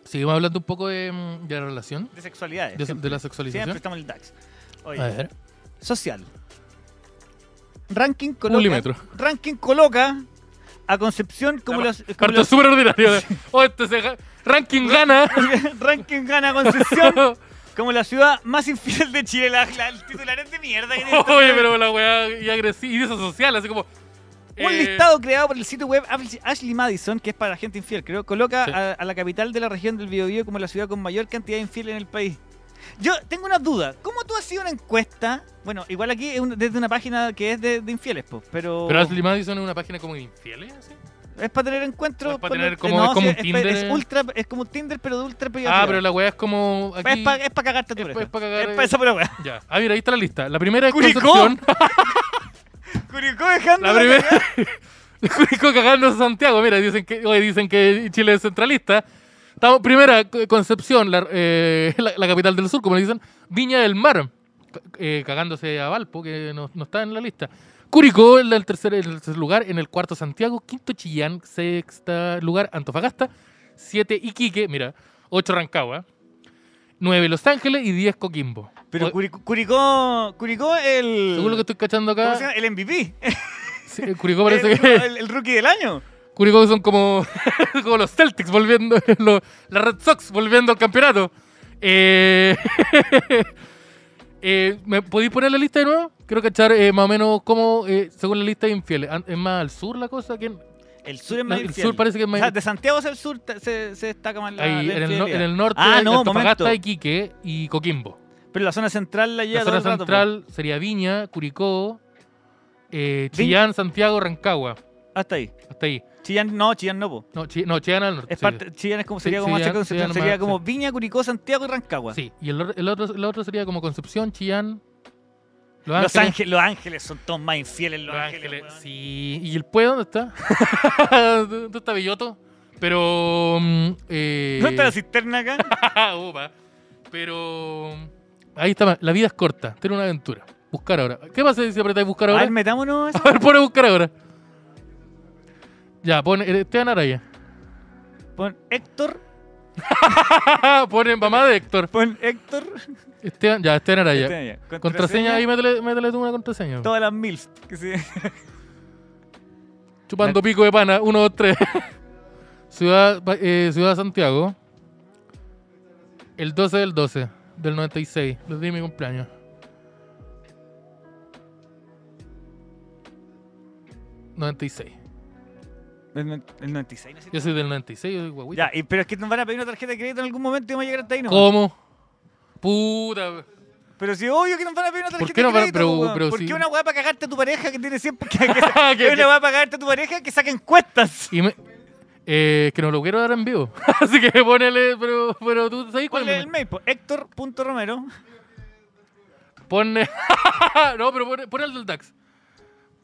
Speaker 2: Seguimos hablando un poco de, mm, de la relación,
Speaker 1: de sexualidades.
Speaker 2: de,
Speaker 1: siempre.
Speaker 2: de la
Speaker 1: Siempre
Speaker 2: sexualización.
Speaker 1: estamos en el DAX.
Speaker 2: A
Speaker 1: Oye,
Speaker 2: ver,
Speaker 1: social. Ranking coloca.
Speaker 2: milímetro.
Speaker 1: Ranking coloca a Concepción como
Speaker 2: La
Speaker 1: los. como
Speaker 2: Parto
Speaker 1: los-
Speaker 2: súper ordinario. Oh, este se ga- ranking gana.
Speaker 1: ranking gana a Concepción como la ciudad más infiel de Chile. La, la- el titular es de mierda que tiene esta
Speaker 2: Oye,
Speaker 1: wea.
Speaker 2: pero la weá y agresiva y desasocial, así como.
Speaker 1: Un
Speaker 2: eh,
Speaker 1: listado creado por el sitio web Ashley- Ashley Madison, que es para la gente infiel, creo, coloca
Speaker 2: Sí.
Speaker 1: a, a la capital de la región del Biobío como la ciudad con mayor cantidad de infieles en el país. Yo tengo una duda. ¿Cómo tú hacías una encuesta? Bueno, igual aquí es un- desde una página que es de, de infieles, po, pero,
Speaker 2: Pero Ashley Madison es una página como de infieles, así.
Speaker 1: es para tener encuentros.
Speaker 2: Es para
Speaker 1: por lo-
Speaker 2: tener como- es como
Speaker 1: sí,
Speaker 2: un
Speaker 1: es,
Speaker 2: Tinder.
Speaker 1: pa- es ultra, es como un Tinder, pero de ultra privativo.
Speaker 2: Ah, pero la weá es como. Aquí...
Speaker 1: Es para cagarte tu
Speaker 2: es pa-
Speaker 1: oreja.
Speaker 2: es pa cagar,
Speaker 1: Es pa
Speaker 2: eh.
Speaker 1: esa pura wea.
Speaker 2: Ya. Ah, mira, ahí está la lista. La primera es
Speaker 1: Curicó.
Speaker 2: Concepción.
Speaker 1: Curicó dejando
Speaker 2: La primera. Curicó cagando a Santiago. Mira, dicen que, hoy dicen que Chile es centralista. Estamos, primera, C- Concepción, la, eh, la- la capital del sur, como le dicen. Viña del Mar, c- eh, cagándose a Valpo, que no, no está en la lista. Curicó en el tercer, en el tercer lugar, en el cuarto Santiago, quinto Chillán, sexta lugar Antofagasta, siete Iquique, mira, ocho Rancagua, nueve Los Ángeles y diez Coquimbo.
Speaker 1: Pero
Speaker 2: O-
Speaker 1: Curicó, Curicó, Curicó el.
Speaker 2: según lo que estoy cachando
Speaker 1: ¿Cómo se llama? Eh,
Speaker 2: acá,
Speaker 1: El MVP.
Speaker 2: sí, Curicó parece
Speaker 1: el,
Speaker 2: que...
Speaker 1: el- el rookie del año.
Speaker 2: Curicó son como, como los Celtics volviendo, lo- la Red Sox volviendo al campeonato. Eh, eh, ¿Me podéis poner la lista de nuevo? Quiero cachar eh, más o menos cómo, eh, según la lista de infieles, an- ¿es más al sur la cosa? ¿Quién?
Speaker 1: Es El sur es
Speaker 2: No,
Speaker 1: más
Speaker 2: el
Speaker 1: infiel.
Speaker 2: sur parece que es
Speaker 1: O
Speaker 2: más
Speaker 1: sea, de Santiago hacia el sur ta- se, se destaca más la,
Speaker 2: Ahí,
Speaker 1: la
Speaker 2: en, el, no-
Speaker 1: infidelidad.
Speaker 2: en el norte,
Speaker 1: Ah, no,
Speaker 2: Antofagasta,
Speaker 1: momento.
Speaker 2: Iquique y Coquimbo.
Speaker 1: Pero la zona central la lleva
Speaker 2: la zona
Speaker 1: todo el rato, po.
Speaker 2: central sería Viña, Curicó, eh, Chillán, Santiago, Rancagua.
Speaker 1: Hasta ahí.
Speaker 2: Hasta ahí.
Speaker 1: Chillán no, Chillán no, po.
Speaker 2: No, Chi- no, Chillán al norte.
Speaker 1: Es
Speaker 2: sí.
Speaker 1: parte, Chillán es como sería
Speaker 2: Sí,
Speaker 1: como más
Speaker 2: Chillán-
Speaker 1: cerca de Concepción,
Speaker 2: Chillán
Speaker 1: sería
Speaker 2: más,
Speaker 1: como
Speaker 2: sí.
Speaker 1: Viña, Curicó, Santiago y Rancagua.
Speaker 2: Sí, y el, or- el otro, el otro sería como Concepción, Chillán, Los
Speaker 1: Los
Speaker 2: Ángeles.
Speaker 1: Ángeles, Los Ángeles son todos más infieles Los,
Speaker 2: Los
Speaker 1: Ángeles.
Speaker 2: Ángeles,
Speaker 1: weón.
Speaker 2: sí. ¿Y el Pue dónde está? ¿Dónde está Belloto? Pero. mm, eh, Ah,
Speaker 1: ¿No está la cisterna acá?
Speaker 2: Upa. Pero. mm, Ahí está. La vida es corta. Tiene una aventura. Buscar ahora. ¿Qué pasa si apretáis buscar
Speaker 1: A
Speaker 2: ahora?
Speaker 1: ver, metámonos. a
Speaker 2: A ver, pone buscar ahora. Ya, pone eh, Esteban Araya.
Speaker 1: eso. Pon Héctor,
Speaker 2: pone mamá de Héctor.
Speaker 1: pon Héctor.
Speaker 2: Esteban, ya, Esteban Araya.
Speaker 1: Está bien, ya.
Speaker 2: Contraseña, ahí métele, métele tú una contraseña.
Speaker 1: Todas las mil. Que sí.
Speaker 2: Chupando pico de pana, 1, 2, 3. Ciudad, ba- eh, Ciudad Santiago. El 12 del 12 del 96. Lo di mi cumpleaños. ¿96?
Speaker 1: El no- el 96, ¿no es cierto?
Speaker 2: Yo soy del 96, yo soy guagüita.
Speaker 1: Ya, y- pero es que nos van a pedir una tarjeta de crédito en algún momento y vamos a llegar hasta ahí, ¿no?
Speaker 2: ¿Cómo? Puta.
Speaker 1: Pero si obvio que nos van a pedir una tarjeta
Speaker 2: ¿Por qué no
Speaker 1: de
Speaker 2: van a-
Speaker 1: crédito,
Speaker 2: pero-
Speaker 1: weón.
Speaker 2: pero
Speaker 1: ¿Por qué
Speaker 2: sí.
Speaker 1: una weá para cagarte a tu pareja que tiene siempre que, que-
Speaker 2: Que-
Speaker 1: es una weá para cagarte a tu pareja que saca encuestas?
Speaker 2: Y me- eh, que no lo quiero dar en vivo. Así que ponele, pero, pero tú sabes cuál
Speaker 1: ¿Cuál es
Speaker 2: es.
Speaker 1: el mail? po? Héctor.romero.
Speaker 2: Ponle. no, pero pon, pon el del DAX.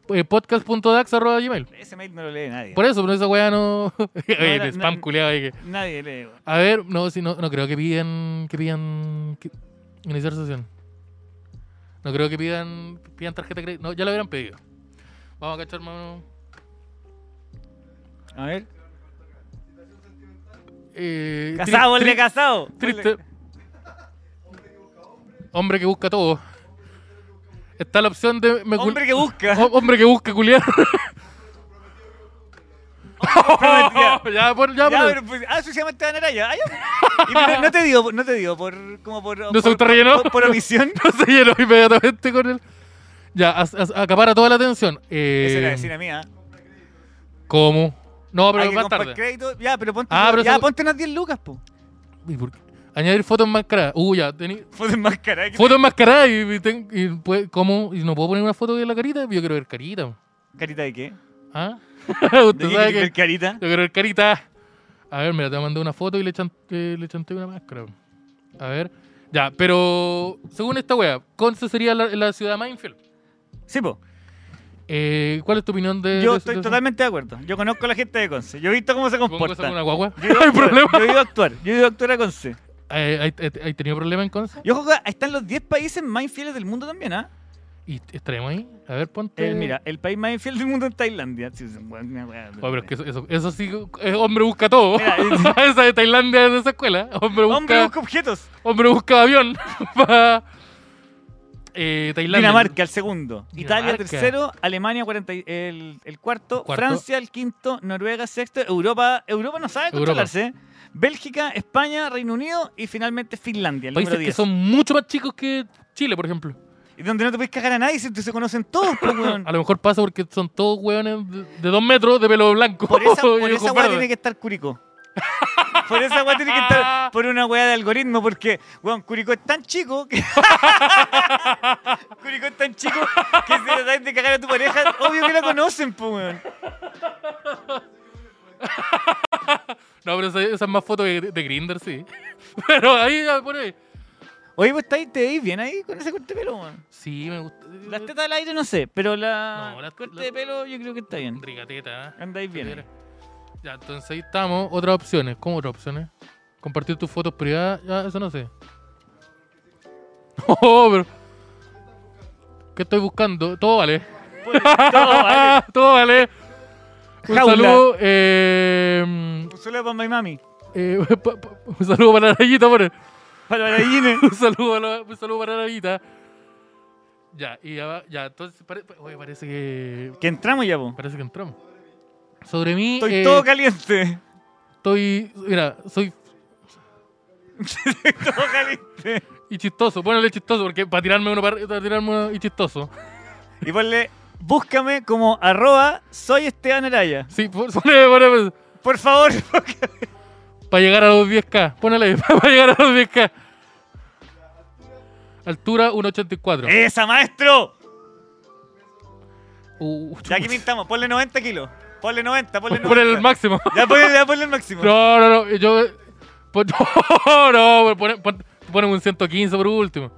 Speaker 2: Eh, podcast.dax arroba gmail.
Speaker 1: Ese mail no lo lee nadie.
Speaker 2: Por eso, pero esa weá no. Oye,
Speaker 1: No,
Speaker 2: el
Speaker 1: no,
Speaker 2: spam
Speaker 1: no.
Speaker 2: culeado. oye, que-
Speaker 1: Nadie lee. weón.
Speaker 2: A ver, no, si no, no creo que pidan. Que pidan. que- Iniciar sesión. No creo que pidan. Pidan tarjeta de crédito. No, ya lo hubieran pedido. Vamos a cachar, mano.
Speaker 1: A ver.
Speaker 2: Eh, tri-
Speaker 1: Casado,
Speaker 2: tri-
Speaker 1: ponle casado.
Speaker 2: Triste. Hombre que busca todo. Está la opción de. me cul- Oh,
Speaker 1: Hombre que busca.
Speaker 2: Hom- Hombre que busca culiar. oh,
Speaker 1: Prometida.
Speaker 2: ya, pon, ya,
Speaker 1: Ya,
Speaker 2: pon-
Speaker 1: pero, pues, ah, eso se llama Esteban Araya. Ah, ya. Y pero no te digo, no te digo por como por
Speaker 2: ¿No se
Speaker 1: por,
Speaker 2: autorrellenó?
Speaker 1: por- por omisión.
Speaker 2: No se llenó inmediatamente con él. Ya, as- as- acapara toda la atención. Eh,
Speaker 1: Esa era vecina mía.
Speaker 2: ¿Cómo? No,
Speaker 1: Hay
Speaker 2: pero
Speaker 1: que
Speaker 2: más
Speaker 1: comprar
Speaker 2: tarde.
Speaker 1: crédito. Ya, pero ponte,
Speaker 2: Ah, pero
Speaker 1: ya,
Speaker 2: eso-
Speaker 1: ponte unas 10 lucas, po.
Speaker 2: ¿Y por qué? Añadir fotos enmascaradas. Uh, ya, tení.
Speaker 1: Fue enmascarada.
Speaker 2: Fotos enmascaradas y, y, ten- y pues, ¿cómo? ¿Y no puedo poner una foto de la carita? Yo quiero ver carita.
Speaker 1: ¿Carita de qué?
Speaker 2: ¿Ah?
Speaker 1: ¿De
Speaker 2: Usted
Speaker 1: qué
Speaker 2: sabe
Speaker 1: querés ver
Speaker 2: que.
Speaker 1: carita?
Speaker 2: Yo quiero ver carita. A ver, mira, te mandé una foto y le echan eh, le chanté una máscara. A ver. Ya, pero según esta wea, Conce sería la, la ciudad más infiel.
Speaker 1: Sí, po.
Speaker 2: Eh, ¿Cuál es tu opinión de
Speaker 1: Yo
Speaker 2: de-
Speaker 1: estoy
Speaker 2: de-
Speaker 1: totalmente de acuerdo. Yo conozco a la gente de Conce. Yo he visto cómo se
Speaker 2: ¿Pongo eso
Speaker 1: comporta.
Speaker 2: con una guagua?
Speaker 1: Yo he ido a
Speaker 2: No hay
Speaker 1: actuar,
Speaker 2: problema.
Speaker 1: Yo he ido a actuar. Yo he ido a actuar a Conce.
Speaker 2: Eh, ¿Hay, hay- hay tenido problemas en Conce?
Speaker 1: Yo creo que están los 10 países más infieles del mundo también, ¿ah?
Speaker 2: ¿Y estaremos ahí? A ver, ponte.
Speaker 1: El- Eh, mira, el país más infiel del mundo es Tailandia. Sí, es una weá-
Speaker 2: Oh, pero es que eso, eso, eso sí, eh, hombre busca todo.
Speaker 1: Mira,
Speaker 2: esa de Tailandia es de esa escuela. Hombre busca,
Speaker 1: Hombre
Speaker 2: hombre busca...
Speaker 1: busca objetos.
Speaker 2: avión. para eh, Tailandia.
Speaker 1: Dinamarca el segundo, Italia el
Speaker 2: Dinamarca.
Speaker 1: tercero, Alemania 40 y- el, el cuarto,
Speaker 2: Cuarto.
Speaker 1: Francia el quinto, Noruega el sexto, Europa, Europa no sabe
Speaker 2: Europa.
Speaker 1: controlarse, Bélgica, España, Reino Unido y finalmente Finlandia, el
Speaker 2: Países
Speaker 1: número
Speaker 2: que
Speaker 1: 10.
Speaker 2: son mucho más chicos que Chile, por ejemplo.
Speaker 1: Y donde no te puedes cagar a nadie si te- se conocen todos, pues, weón.
Speaker 2: A lo mejor pasa porque son todos hueones de, de dos metros de pelo blanco.
Speaker 1: Por esa,
Speaker 2: y
Speaker 1: por
Speaker 2: ojos
Speaker 1: esa weá
Speaker 2: verdes.
Speaker 1: tiene que estar Curicó. Por esa weá tiene que estar por una weá de algoritmo, porque, weón, Curicó es tan chico que. Curicó es tan chico que si tratáis de cagar a tu pareja, obvio que la conocen, pues, weón.
Speaker 2: No, pero esa, esa es más foto de, de Grindr, sí. Pero ahí, ya, por ahí.
Speaker 1: Oye, pues estáis, te veis bien ahí con ese corte de pelo, weón.
Speaker 2: Sí, me gusta.
Speaker 1: Las tetas al aire no sé, pero la.
Speaker 2: No, las-
Speaker 1: corte
Speaker 2: las-
Speaker 1: de pelo yo creo que está bien.
Speaker 2: Rigateta, ¿eh?
Speaker 1: Andáis bien. ahí.
Speaker 2: Ya, entonces ahí estamos. Otras opciones. ¿Cómo otras opciones? Compartir tus fotos privadas. Ya, eso no sé. Oh, pero. ¿Qué estoy buscando? Todo vale.
Speaker 1: Pues, todo vale.
Speaker 2: Todo vale. Un
Speaker 1: Jaula.
Speaker 2: saludo. Eh,
Speaker 1: Un saludo para mi mami.
Speaker 2: eh, pa- pa- un saludo para la rayita, por
Speaker 1: Para la gallina.
Speaker 2: un saludo, a la- un saludo para la Anita. Ya, y ya, va- ya entonces pare- oye, parece que
Speaker 1: Que entramos ya, po.
Speaker 2: parece que entramos. Sobre mí
Speaker 1: Estoy
Speaker 2: eh,
Speaker 1: todo caliente.
Speaker 2: estoy mira, soy
Speaker 1: todo caliente.
Speaker 2: y chistoso, ponele chistoso porque para tirarme uno para, para tirarme uno y chistoso.
Speaker 1: Y ponle Búscame como arroba soy Esteban Araya.
Speaker 2: Sí, por- ponele, ponele,
Speaker 1: Por favor, porque-
Speaker 2: para llegar a los 10k. Ponele, ahí, para llegar a los 10k. Altura 1.84.
Speaker 1: ¡Esa, maestro!
Speaker 2: Uh,
Speaker 1: Ya aquí pintamos, ponle 90 kilos. Ponle 90, ponle 90.
Speaker 2: por el máximo.
Speaker 1: Ya ponle, ya ponle el máximo.
Speaker 2: No, no, no. Yo. pon- No, no, pon- pon- ponen un 115 por último.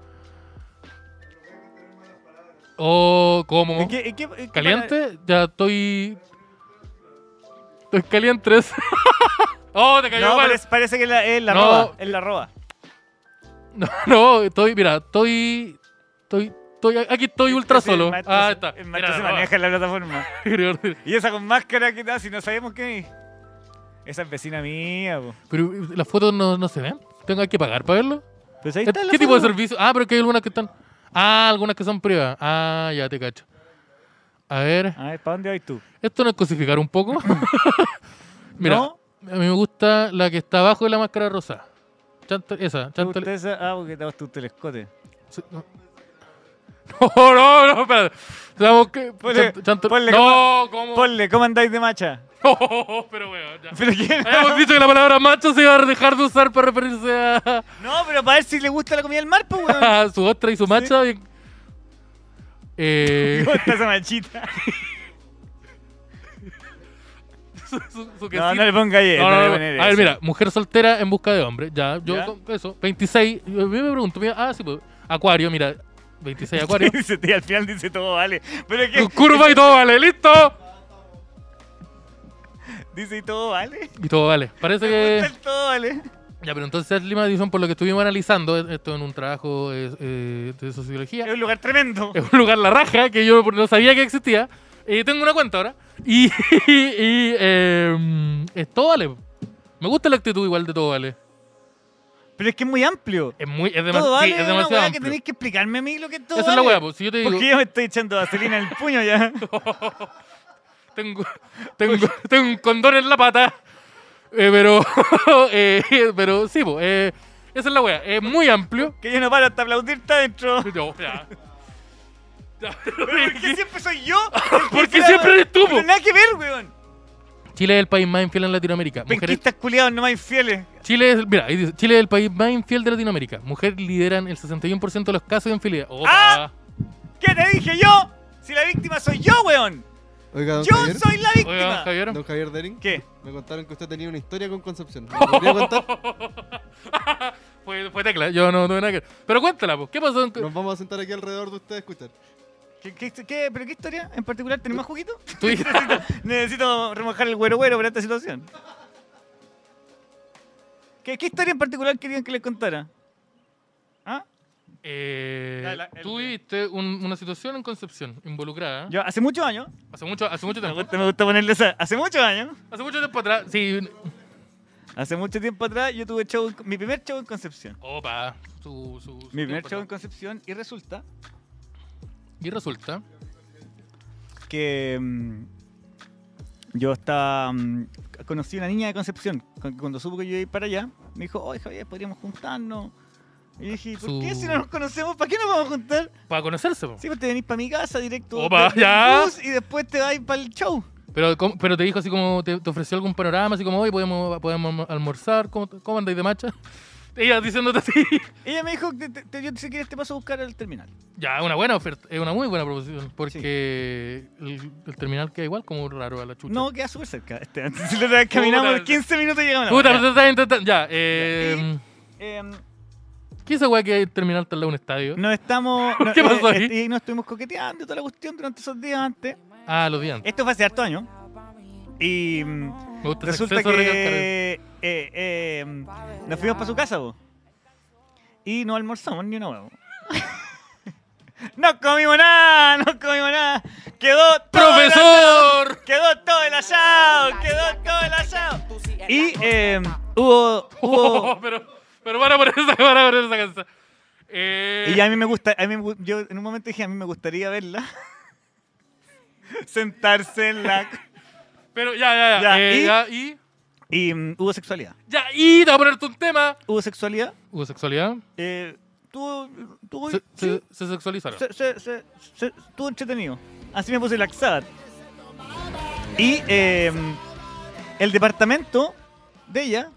Speaker 2: Oh, ¿cómo?
Speaker 1: ¿En qué- en qué- en qué
Speaker 2: ¿Caliente? Ya estoy. Estoy caliente 3. oh, te cayó
Speaker 1: No,
Speaker 2: mal.
Speaker 1: parece, parece que es la, es la
Speaker 2: No.
Speaker 1: arroba. Es la arroba.
Speaker 2: No, no, estoy, mira, estoy. Estoy. estoy aquí estoy ultra
Speaker 1: Sí, el
Speaker 2: solo.
Speaker 1: maestro
Speaker 2: Ah,
Speaker 1: se-
Speaker 2: está.
Speaker 1: El
Speaker 2: Mira,
Speaker 1: maestro se
Speaker 2: no,
Speaker 1: maneja en la plataforma. Y esa con máscara que tal, si no sabemos qué. Esa es vecina mía, po.
Speaker 2: Pero eh, las fotos no, no se ven. Tengo que pagar para verlo. Eh,
Speaker 1: Pues ahí
Speaker 2: ¿Qué
Speaker 1: está la
Speaker 2: tipo
Speaker 1: foto.
Speaker 2: de servicio? Ah, pero que hay algunas que están. Ah, algunas que son privadas. Ah, ya te cacho. A ver,
Speaker 1: A ver, ¿para dónde vas tú?
Speaker 2: esto no es cosificar un poco. Mira,
Speaker 1: ¿No?
Speaker 2: a mí me gusta la que está abajo de la máscara rosa. Chanta- esa,
Speaker 1: ¿Te
Speaker 2: chanta-
Speaker 1: gusta esa? Ah, porque te vas tu telescote.
Speaker 2: Sí, No, no, no, no, espérate. Tenemos que.
Speaker 1: Ponle-
Speaker 2: chant- chant-
Speaker 1: ponle
Speaker 2: no, ¿cómo?
Speaker 1: Ponle, ¿cómo andáis de macha?
Speaker 2: No, pero weón, ya.
Speaker 1: ¿Pero qué?
Speaker 2: Habíamos dicho que la palabra macho se iba a dejar de usar para referirse a,
Speaker 1: No, pero para ver si le gusta la comida del mar, pues, weón.
Speaker 2: a su ostra y su macha. y- Eh,
Speaker 1: ¿Cómo está esa machita?
Speaker 2: su, su- su quesito.
Speaker 1: No, no le ponga ahí.
Speaker 2: No, no,
Speaker 1: no le
Speaker 2: no.
Speaker 1: poner
Speaker 2: A ver,
Speaker 1: eso.
Speaker 2: mira, mujer soltera en busca de hombre. Ya, yo
Speaker 1: Ya.
Speaker 2: con eso, 26. Yo yo me pregunto, mira, ah, sí, pues, Acuario, mira, 26 Acuario.
Speaker 1: Dice, tío, al final dice todo vale. Pero es
Speaker 2: Con
Speaker 1: que
Speaker 2: curva y todo vale, listo.
Speaker 1: dice y todo vale.
Speaker 2: Y todo vale. Parece
Speaker 1: Me
Speaker 2: que.
Speaker 1: gusta el todo vale.
Speaker 2: Ya, pero entonces Lima Madison, por lo que estuvimos analizando, eh, esto en un trabajo eh, eh, de
Speaker 1: Es
Speaker 2: sociología,
Speaker 1: un lugar tremendo.
Speaker 2: es un lugar la raja que yo no sabía que existía. Eh, tengo una cuenta ahora. Y, y eh, es todo vale. Me gusta la actitud igual de todo vale.
Speaker 1: Pero es que es muy amplio.
Speaker 2: Es, muy, es, dema-
Speaker 1: Todo vale
Speaker 2: sí, es
Speaker 1: es una
Speaker 2: demasiado
Speaker 1: weá que
Speaker 2: amplio.
Speaker 1: tenéis que explicarme a mí lo que es todo
Speaker 2: Esa es
Speaker 1: vale.
Speaker 2: la weá, pues si yo te digo,
Speaker 1: Porque yo me estoy echando vaselina en el puño ya.
Speaker 2: tengo, tengo, tengo un condón en la pata. Eh, pero, eh, pero sí, pues, eh, esa es la wea. Es muy amplio.
Speaker 1: Que yo no paro hasta aplaudirte adentro.
Speaker 2: Yo, ya. Ya,
Speaker 1: Pero ¿Por qué siempre soy yo? el que
Speaker 2: Porque
Speaker 1: se la-
Speaker 2: siempre eres tú, pues. po.
Speaker 1: Pero Nada que ver, weón.
Speaker 2: Chile es el país más infiel en Latinoamérica. Mujeres,
Speaker 1: Penquistas culiados nomás infieles.
Speaker 2: Chile, es, mira, ahí dice, Chile es el país más infiel de Latinoamérica. Mujeres lideran el 61% de los casos de infidelidad. Opa.
Speaker 1: ¡Ah! ¿Qué te dije yo? Si la víctima soy yo, weón.
Speaker 3: Oiga, don
Speaker 1: Yo
Speaker 3: Javier.
Speaker 1: soy la víctima.
Speaker 2: Oiga, don Javier.
Speaker 3: Don Javier Dering.
Speaker 1: ¿Qué?
Speaker 3: Me contaron que usted tenía una historia con Concepción. ¿Me podría contar?
Speaker 2: Fue, fue tecla, yo no tuve nada que ver. Pero cuéntala, pues, ¿qué pasó? en-
Speaker 3: Nos vamos a sentar aquí alrededor de usted a escuchar.
Speaker 1: ¿Qué, qué, qué- pero qué historia en particular? ¿Tenés más juguito?
Speaker 2: Tú dijiste-
Speaker 1: Necesito remojar el güero güero para esta situación. ¿Qué, qué historia en particular querían que les contara? ¿Ah?
Speaker 2: Eh,
Speaker 1: Ya, la- el-
Speaker 2: tuviste un- una situación en Concepción involucrada.
Speaker 1: Yo hace muchos años.
Speaker 2: Hace mucho, hace mucho
Speaker 1: Me
Speaker 2: tiempo.
Speaker 1: gusta, me gusta ponerle esa. Hace muchos años.
Speaker 2: Hace mucho tiempo atrás. Sí.
Speaker 1: Hace mucho tiempo atrás yo tuve show, en- mi primer show en Concepción.
Speaker 2: Opa. Su, su- su
Speaker 1: Mi primer
Speaker 2: tiempo
Speaker 1: show en
Speaker 2: atrás.
Speaker 1: Concepción y resulta
Speaker 2: Y resulta.
Speaker 1: que mm, yo estaba mm, conocí a una niña de Concepción cu- cuando supo que yo iba a ir para allá me dijo oye Javier podríamos juntarnos y dije ¿por qué
Speaker 2: Su-
Speaker 1: si no nos conocemos para qué nos vamos a juntar?
Speaker 2: Para conocerse, po.
Speaker 1: Sí, pues te venís para mi casa directo
Speaker 2: Opa,
Speaker 1: del
Speaker 2: ya.
Speaker 1: bus y después te vas para el show
Speaker 2: Pero, ¿cómo- pero te dijo así como, te, te ofreció algún panorama, así como, hoy podemos, podemos almorzar, ¿cómo, cómo andáis de macha? Ella diciéndote así.
Speaker 1: ella me dijo "Te- te- te- yo si quieres te paso a buscar al terminal
Speaker 2: Ya, una buena oferta, es una muy buena proposición, porque el, el terminal queda igual como raro a la chucha.
Speaker 1: no queda súper cerca este, antes si lo caminamos
Speaker 2: Puta,
Speaker 1: 15 minutos y llegamos a la
Speaker 2: Puta,
Speaker 1: hora.
Speaker 2: pero estás intentando. Ya, eh.
Speaker 1: Em,
Speaker 2: ¿Qué es esa weá que hay terminal tal lado de un estadio?
Speaker 1: nos estamos no,
Speaker 2: ¿Qué pasó
Speaker 1: eh,
Speaker 2: ahí?
Speaker 1: eh, y nos estuvimos coqueteando y toda la cuestión durante esos días antes
Speaker 2: Ah, los días antes.
Speaker 1: Esto fue hace harto año. Y mm,
Speaker 2: Me gusta ese
Speaker 1: resulta
Speaker 2: exceso de recalcar el-
Speaker 1: que eh, eh, mm, nos fuimos para su casa, po. Y no almorzamos ni una huevo. no comimos nada, no comimos nada. Quedó todo el
Speaker 2: ¡Profesor!
Speaker 1: asado, quedó todo el asado, quedó todo el asado. Y eh, hubo, hubo-
Speaker 2: Oh, pero, pero van a poner esa, van a poner esa canción. Eh,
Speaker 1: Y a mí me gusta, a mí me gu- yo en un momento dije, a mí me gustaría verla. Sentarse en la...
Speaker 2: Pero ya, ya, ya.
Speaker 1: Ya,
Speaker 2: eh,
Speaker 1: ¿y?
Speaker 2: ya, y.
Speaker 1: Y mm, hubo sexualidad.
Speaker 2: Ya, y te voy a ponerte un tema.
Speaker 1: Hubo sexualidad.
Speaker 2: Hubo sexualidad.
Speaker 1: Eh, Estuvo, estuvo-
Speaker 2: Se,
Speaker 1: sí,
Speaker 2: se- se sexualizaron.
Speaker 1: se- se- se- se- estuvo entretenido. Así me puse laxada. Y eh, el departamento de ella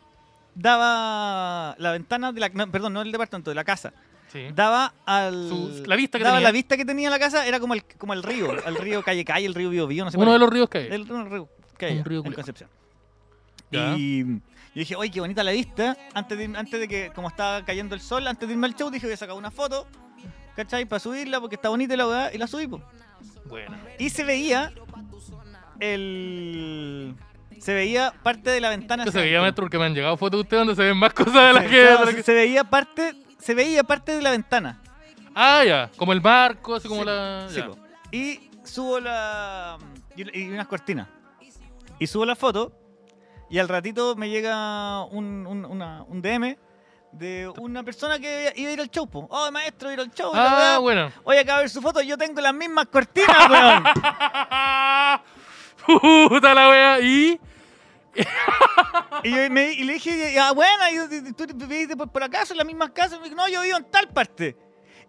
Speaker 1: daba la ventana de la... no, perdón, no el departamento, de la casa.
Speaker 2: Sí.
Speaker 1: Daba al...
Speaker 2: Sus- ¿Mm? la vista que
Speaker 1: daba
Speaker 2: tenía.
Speaker 1: la vista que tenía la casa, era como el, como el río, al río Calle Calle, el río Bio Bio, no sé
Speaker 2: Uno
Speaker 1: cuál
Speaker 2: de
Speaker 1: es.
Speaker 2: los ríos que hay.
Speaker 1: El, no, el río Calle,
Speaker 2: Un río
Speaker 1: en
Speaker 2: culiao.
Speaker 1: Concepción.
Speaker 2: Ya.
Speaker 1: Y yo dije, oye, qué bonita la vista. Antes de, antes de que, como estaba cayendo el sol, antes de irme al show, dije, voy a sacar una foto, ¿cachai? Para subirla, porque está bonita y la weá, y la subí, po.
Speaker 2: Bueno.
Speaker 1: Y se veía el... Se veía parte de la ventana.
Speaker 2: ¿Qué se
Speaker 1: hacia
Speaker 2: veía,
Speaker 1: adentro.
Speaker 2: maestro? Porque me han llegado fotos de usted donde se ven más cosas de las que. de
Speaker 1: Claro,
Speaker 2: las
Speaker 1: se-
Speaker 2: que-
Speaker 1: se veía parte... Se veía parte de la ventana.
Speaker 2: Ah, ya. Como el barco, así como
Speaker 1: Sí,
Speaker 2: la.
Speaker 1: Sí,
Speaker 2: ya.
Speaker 1: po. Y subo la. Y, y unas cortinas. Y subo la foto. Y al ratito me llega un, un- una- un DM de una persona que iba a ir al show. po. Oh, maestro, iba a ir al show. y la
Speaker 2: Ah,
Speaker 1: weá.
Speaker 2: bueno.
Speaker 1: Oye, acabo de ver su foto. Yo tengo las mismas cortinas, weón.
Speaker 2: Puta la wea. Y.
Speaker 1: y, yo me- y le dije, ah, bueno, y yo- tú viviste por, por acaso en las mismas casas. Me dijo, no, yo vivo en tal parte.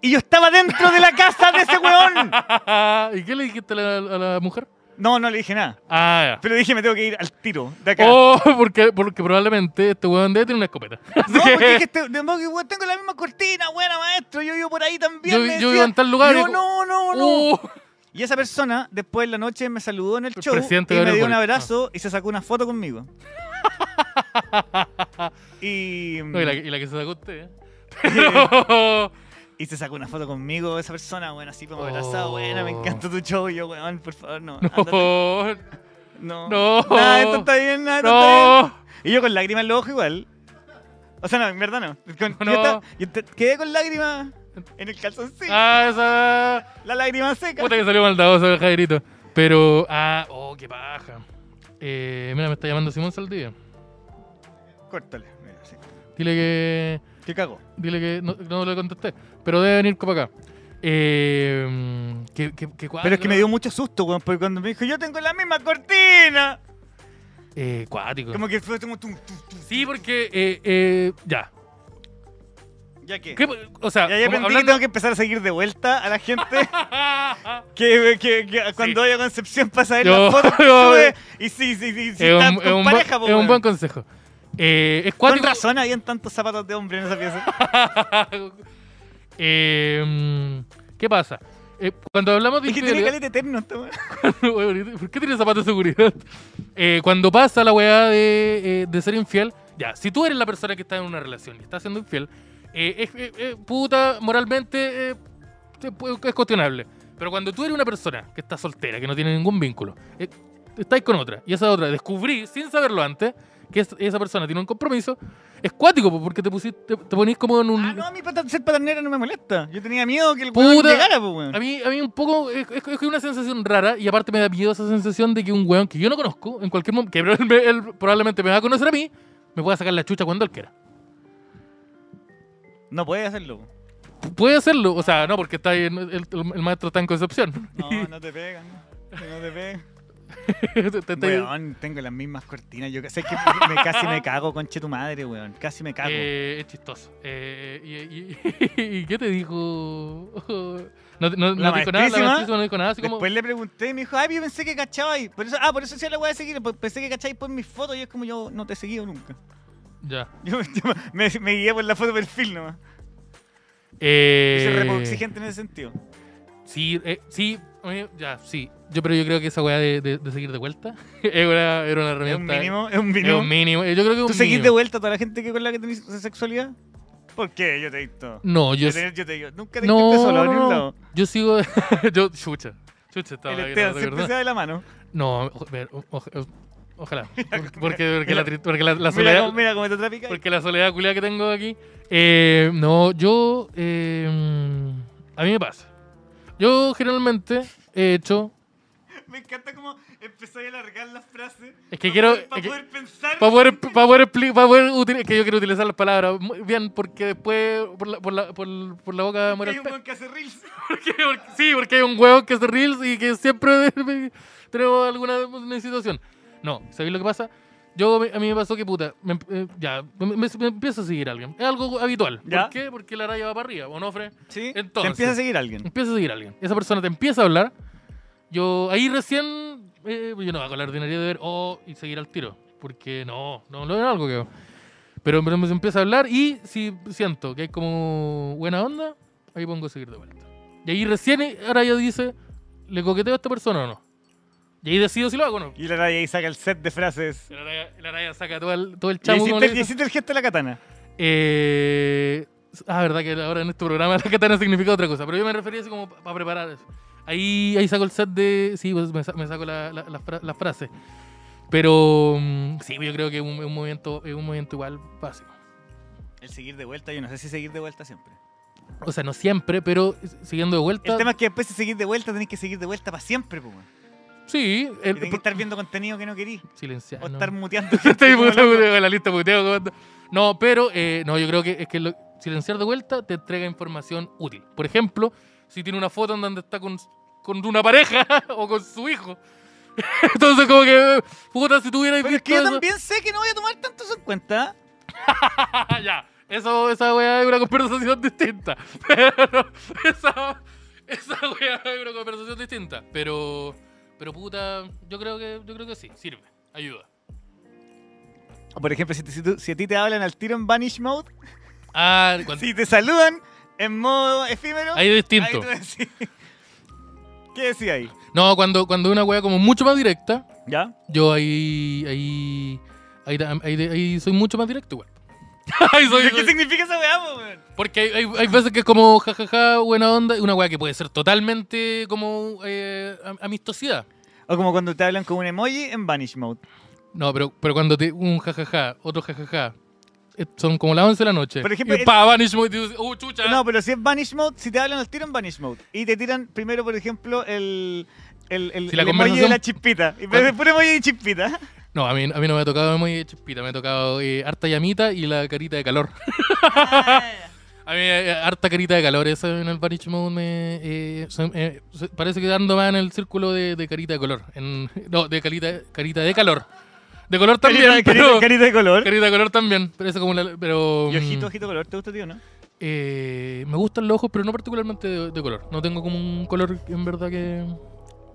Speaker 1: Y yo estaba dentro de la casa de ese weón.
Speaker 2: ¿Y qué le dijiste a la, a la mujer?
Speaker 1: No, no le dije nada.
Speaker 2: Ah, ya.
Speaker 1: Pero dije, me tengo que ir al tiro de acá.
Speaker 2: Oh, porque, porque probablemente este weón debe tener una escopeta. Así
Speaker 1: No, porque
Speaker 2: que-
Speaker 1: dije, este- de modo que, weón, tengo la misma cortina, buena maestro, yo vivo por ahí también.
Speaker 2: Yo-
Speaker 1: me
Speaker 2: yo
Speaker 1: decía.
Speaker 2: vivo en tal lugar,
Speaker 1: Y yo,
Speaker 2: y-
Speaker 1: no, no, no.
Speaker 2: Uh,
Speaker 1: Y esa persona, después en la noche, me saludó en el, show
Speaker 2: presidente
Speaker 1: y me
Speaker 2: Gabriel
Speaker 1: dio un
Speaker 2: Boric.
Speaker 1: abrazo y se sacó una foto conmigo. y,
Speaker 2: no, y, la, y la que se sacó usted. ¿eh? Pero.
Speaker 1: y se sacó una foto conmigo esa persona, bueno, así como
Speaker 2: Oh.
Speaker 1: abrazado, bueno, me encantó tu show. Y yo, weón, por favor, no. ándate.
Speaker 2: No,
Speaker 1: No.
Speaker 2: no.
Speaker 1: Nada, esto está bien, nada, esto está bien.
Speaker 2: no.
Speaker 1: Y yo con lágrimas en los ojos igual. O sea, no, en verdad no. Con-
Speaker 2: No.
Speaker 1: Yo, estaba- yo te- quedé con lágrimas en el calzoncillo.
Speaker 2: Ah, esa.
Speaker 1: La lágrima seca.
Speaker 2: Puta que salió maldadoso el Jairito. Pero, ah, oh, qué paja. Eh, mira, me está llamando Simón Saldivia.
Speaker 1: Córtale. mira, sí.
Speaker 2: Dile que.
Speaker 1: ¿Qué cago?
Speaker 2: Dile que no, no le contesté. Pero debe venir para acá. Eh, que, que, que
Speaker 1: Pero es que me dio mucho susto, weón, porque cuando me dijo, yo tengo la misma cortina.
Speaker 2: Eh, cuático.
Speaker 1: Como que fue como tum, tum, tum.
Speaker 2: Sí, porque. Eh, eh, ya.
Speaker 1: ¿Ya qué?
Speaker 2: ¿Qué- o sea,
Speaker 1: Ya, ya aprendí que
Speaker 2: como hablando.
Speaker 1: tengo que empezar a seguir de vuelta a la gente que, que- que cuando vaya a Concepción pasa a ver
Speaker 2: Yo-
Speaker 1: las fotos que
Speaker 2: yo-
Speaker 1: sube y sí, sí, sí, sí
Speaker 2: es,
Speaker 1: está
Speaker 2: un,
Speaker 1: con
Speaker 2: es un
Speaker 1: pareja,
Speaker 2: buen,
Speaker 1: po,
Speaker 2: es un
Speaker 1: weón.
Speaker 2: buen consejo. Eh, es
Speaker 1: Con
Speaker 2: cuático.
Speaker 1: razón habían tantos zapatos de hombre en esa pieza.
Speaker 2: Eh, mm, ¿Qué pasa? Eh, cuando hablamos de
Speaker 1: Es que tiene
Speaker 2: infidelidad-
Speaker 1: caleta eterno esta weón.
Speaker 2: Weón, ¿Por qué tiene zapatos de seguridad? Eh, cuando pasa la weá de, eh, de ser infiel, ya, si tú eres la persona que está en una relación y está siendo infiel, eh, es, eh, eh, puta, moralmente eh, te puede- es cuestionable. Pero cuando tú eres una persona que está soltera, que no tiene ningún vínculo, eh, estáis con otra, y esa otra descubrí, sin saberlo antes, que es- esa persona tiene un compromiso, es cuático, po, porque te, pusiste, te ponís como en un...
Speaker 1: Ah, no, a mí pata- ser paternera no me molesta. Yo tenía miedo que el weón
Speaker 2: Mm. Puta.
Speaker 1: llegara, pues, weón.
Speaker 2: A mí, a mí un poco es, es- es una sensación rara y aparte me da miedo esa sensación de que un weón que yo no conozco, en cualquier momento, que él, me- él probablemente me va a conocer a mí, me pueda sacar la chucha cuando él quiera.
Speaker 1: No puede hacerlo. po.
Speaker 2: P- Puede hacerlo, o sea, no, porque está ahí en- el, el- el maestro está en Concepción.
Speaker 1: No, no te pegan. No Que no te pegan.
Speaker 2: Te- te- te- eh,
Speaker 1: Weón, tengo las mismas cortinas. Yo sé que me, me- casi me cago, conche tu madre, weón. Casi me cago.
Speaker 2: Eh, es chistoso. Eh, y, y- y qué te dijo? No,
Speaker 1: La
Speaker 2: no- no dijo nada, la
Speaker 1: maestrísima,
Speaker 2: maestrísima no dijo nada, así como...
Speaker 1: Después le pregunté y me dijo, ay, pero yo pensé que cachabais. Por eso, ah, por eso sí la voy a seguir. por- Pensé que cachabais por mis fotos. Y es como yo no te he seguido nunca.
Speaker 2: Ya.
Speaker 1: Yo, yo me, me guié por la foto de perfil nomás. Yo soy re poco
Speaker 2: Eh,
Speaker 1: exigente en ese sentido.
Speaker 2: Sí, eh, sí, oye, ya, sí. Yo, pero yo creo que esa weá de, de- de seguir de vuelta era, una- era una
Speaker 1: Es un
Speaker 2: herramienta.
Speaker 1: mínimo, es un
Speaker 2: Es
Speaker 1: mínimo.
Speaker 2: un mínimo. Yo creo que es un
Speaker 1: ¿Tú seguís
Speaker 2: mínimo.
Speaker 1: de vuelta a toda la gente que con la que tenés sexualidad? ¿Por qué? Yo te he visto.
Speaker 2: No, yo,
Speaker 1: Yo te, yo te digo, nunca te
Speaker 2: no,
Speaker 1: no, solo
Speaker 2: no,
Speaker 1: en un
Speaker 2: no.
Speaker 1: lado.
Speaker 2: yo sigo. yo, chucha. Chucha, estaba
Speaker 1: El
Speaker 2: ahí,
Speaker 1: Esteban
Speaker 2: no, de
Speaker 1: siempre se
Speaker 2: verdad.
Speaker 1: da de la mano.
Speaker 2: No, o- ver, o- o- ojalá. Porque, porque la, tri- porque la, la
Speaker 1: mira,
Speaker 2: soledad.
Speaker 1: cómo, mira cómo te trapica.
Speaker 2: Porque la soledad culia que tengo aquí. Eh, no, yo. eh, a mí me pasa. Yo generalmente he hecho.
Speaker 1: Me encanta cómo empezáis a alargar las frases.
Speaker 2: Es que
Speaker 1: pa-
Speaker 2: quiero-
Speaker 1: pa
Speaker 2: es que-
Speaker 1: poder pensar.
Speaker 2: Para poder, para poder, expli- para poder util- es que yo quiero utilizar las palabras muy bien, porque después por la, por la, por, por la boca
Speaker 1: que
Speaker 2: muere
Speaker 1: hay
Speaker 2: el
Speaker 1: un
Speaker 2: pez.
Speaker 1: buen que hace reels.
Speaker 2: Porque- porque- sí, porque hay un huevo que hace reels y que siempre tenemos alguna, alguna situación. No, ¿sabéis lo que pasa? Yo, a mí me pasó que, puta, me, eh, ya, me, me- me empieza a seguir alguien. Es algo habitual.
Speaker 1: Ya.
Speaker 2: ¿Por qué? Porque la raya va para arriba. Onofre
Speaker 1: ¿Sí?
Speaker 2: Entonces.
Speaker 1: Te empieza a seguir alguien.
Speaker 2: empieza a seguir a alguien. Esa persona te empieza a hablar. Yo ahí recién, eh, yo no hago la ordinaria de ver, oh, y seguir al tiro. Porque no, no, no es algo que... Pero pero me empieza a hablar y si siento que hay como buena onda, ahí pongo a seguir de vuelta. Y ahí recién, eh, ahora yo dice, ¿le coqueteo a esta persona o no? Y ahí decido si lo hago o no.
Speaker 1: Y la raya ahí saca el set de frases.
Speaker 2: La raya, la raya saca todo el, todo el
Speaker 1: Y
Speaker 2: chamo. como le
Speaker 1: hiciste, y
Speaker 2: dicen.
Speaker 1: hiciste el gesto de la katana.
Speaker 2: Eh, ah, verdad que ahora en este programa la katana significa otra cosa, pero yo me refería así como para preparar eso. Ahí, ahí saco el set de. Sí, pues me, sa- me saco la, la- la fra- la frase. Pero mm, sí, yo creo que es un, es un movimiento, es un movimiento igual básico.
Speaker 1: El seguir de vuelta, yo no sé si seguir de vuelta siempre.
Speaker 2: O sea, no siempre, pero eh, siguiendo de
Speaker 1: El
Speaker 2: vuelta.
Speaker 1: tema es que después de seguir de vuelta tenés que seguir de vuelta para siempre, pues. weón.
Speaker 2: sí,
Speaker 1: Y
Speaker 2: el,
Speaker 1: tenés que estar viendo contenido que no querís.
Speaker 2: silenciar.
Speaker 1: O
Speaker 2: no.
Speaker 1: estar muteando. gente
Speaker 2: Estoy
Speaker 1: como
Speaker 2: puto,
Speaker 1: loco.
Speaker 2: puteo, la lista puteo, ¿cómo anda? No, pero eh, no, yo creo que es que lo- silenciar de vuelta te entrega información útil. Por ejemplo, si tiene una foto en donde está con, con una pareja o con su hijo. Entonces, como que, eh, puta, si tuvierais
Speaker 1: Pero es
Speaker 2: visto
Speaker 1: que yo
Speaker 2: eso.
Speaker 1: también sé que no voy a tomar tanto eso en cuenta.
Speaker 2: Ah, ya, eso, esa weá es una conversación distinta. Pero esa, esa weá es una conversación distinta. Pero, pero puta, yo creo que, yo creo que sí, sirve, ayuda.
Speaker 1: O por ejemplo, si, te- si tú- si a ti te hablan al tiro en Vanish Mode,
Speaker 2: Ah, cuando-
Speaker 1: si te saludan en modo efímero,
Speaker 2: ahí es distinto.
Speaker 1: ahí tú decís. ¿Qué decía ahí?
Speaker 2: No, cuando, cuando una wea como mucho más directa,
Speaker 1: ¿Ya?
Speaker 2: yo ahí. Ahí. Ahí, ta- ahí, ahí soy mucho más directo, igual. Ahí soy-
Speaker 1: ¿Qué significa esa weá, po, weón?
Speaker 2: porque hay, hay- hay veces que es como jajaja, buena onda, y una wea que puede ser totalmente como eh, am- amistosidad.
Speaker 1: O como cuando te hablan con un emoji en Vanish Mode.
Speaker 2: No, pero, pero cuando te, un jajaja, otro jajaja, eh, son como las 11 de la noche.
Speaker 1: Por ejemplo,
Speaker 2: y pa, vanish mode, y dices, uh, chucha.
Speaker 1: No, pero si es Vanish Mode, si te hablan al tiro en Vanish Mode. Y te tiran primero, por ejemplo, el. El, el,
Speaker 2: Si la
Speaker 1: el emoji
Speaker 2: conversación-
Speaker 1: de la chispita. Y pero puro emoji de chispita.
Speaker 2: No, a mí, a mí no me ha tocado muy chispita, me ha tocado eh, harta llamita y la carita de calor. A mí, eh, harta carita de calor, eso en el Vanish Mode me. eh, se- eh, se- parece que ando más en el círculo de, de carita de color. En- no, de carita, carita de calor. De color también,
Speaker 1: Carita, carita,
Speaker 2: pero. Carita,
Speaker 1: carita de color.
Speaker 2: de color también. Pero eso como la- pero,
Speaker 1: Y ojito,
Speaker 2: mm,
Speaker 1: ojito color. ¿Te gusta, tío, no?
Speaker 2: eh, me gustan los ojos, pero no particularmente de, de color. No tengo como un color en verdad que.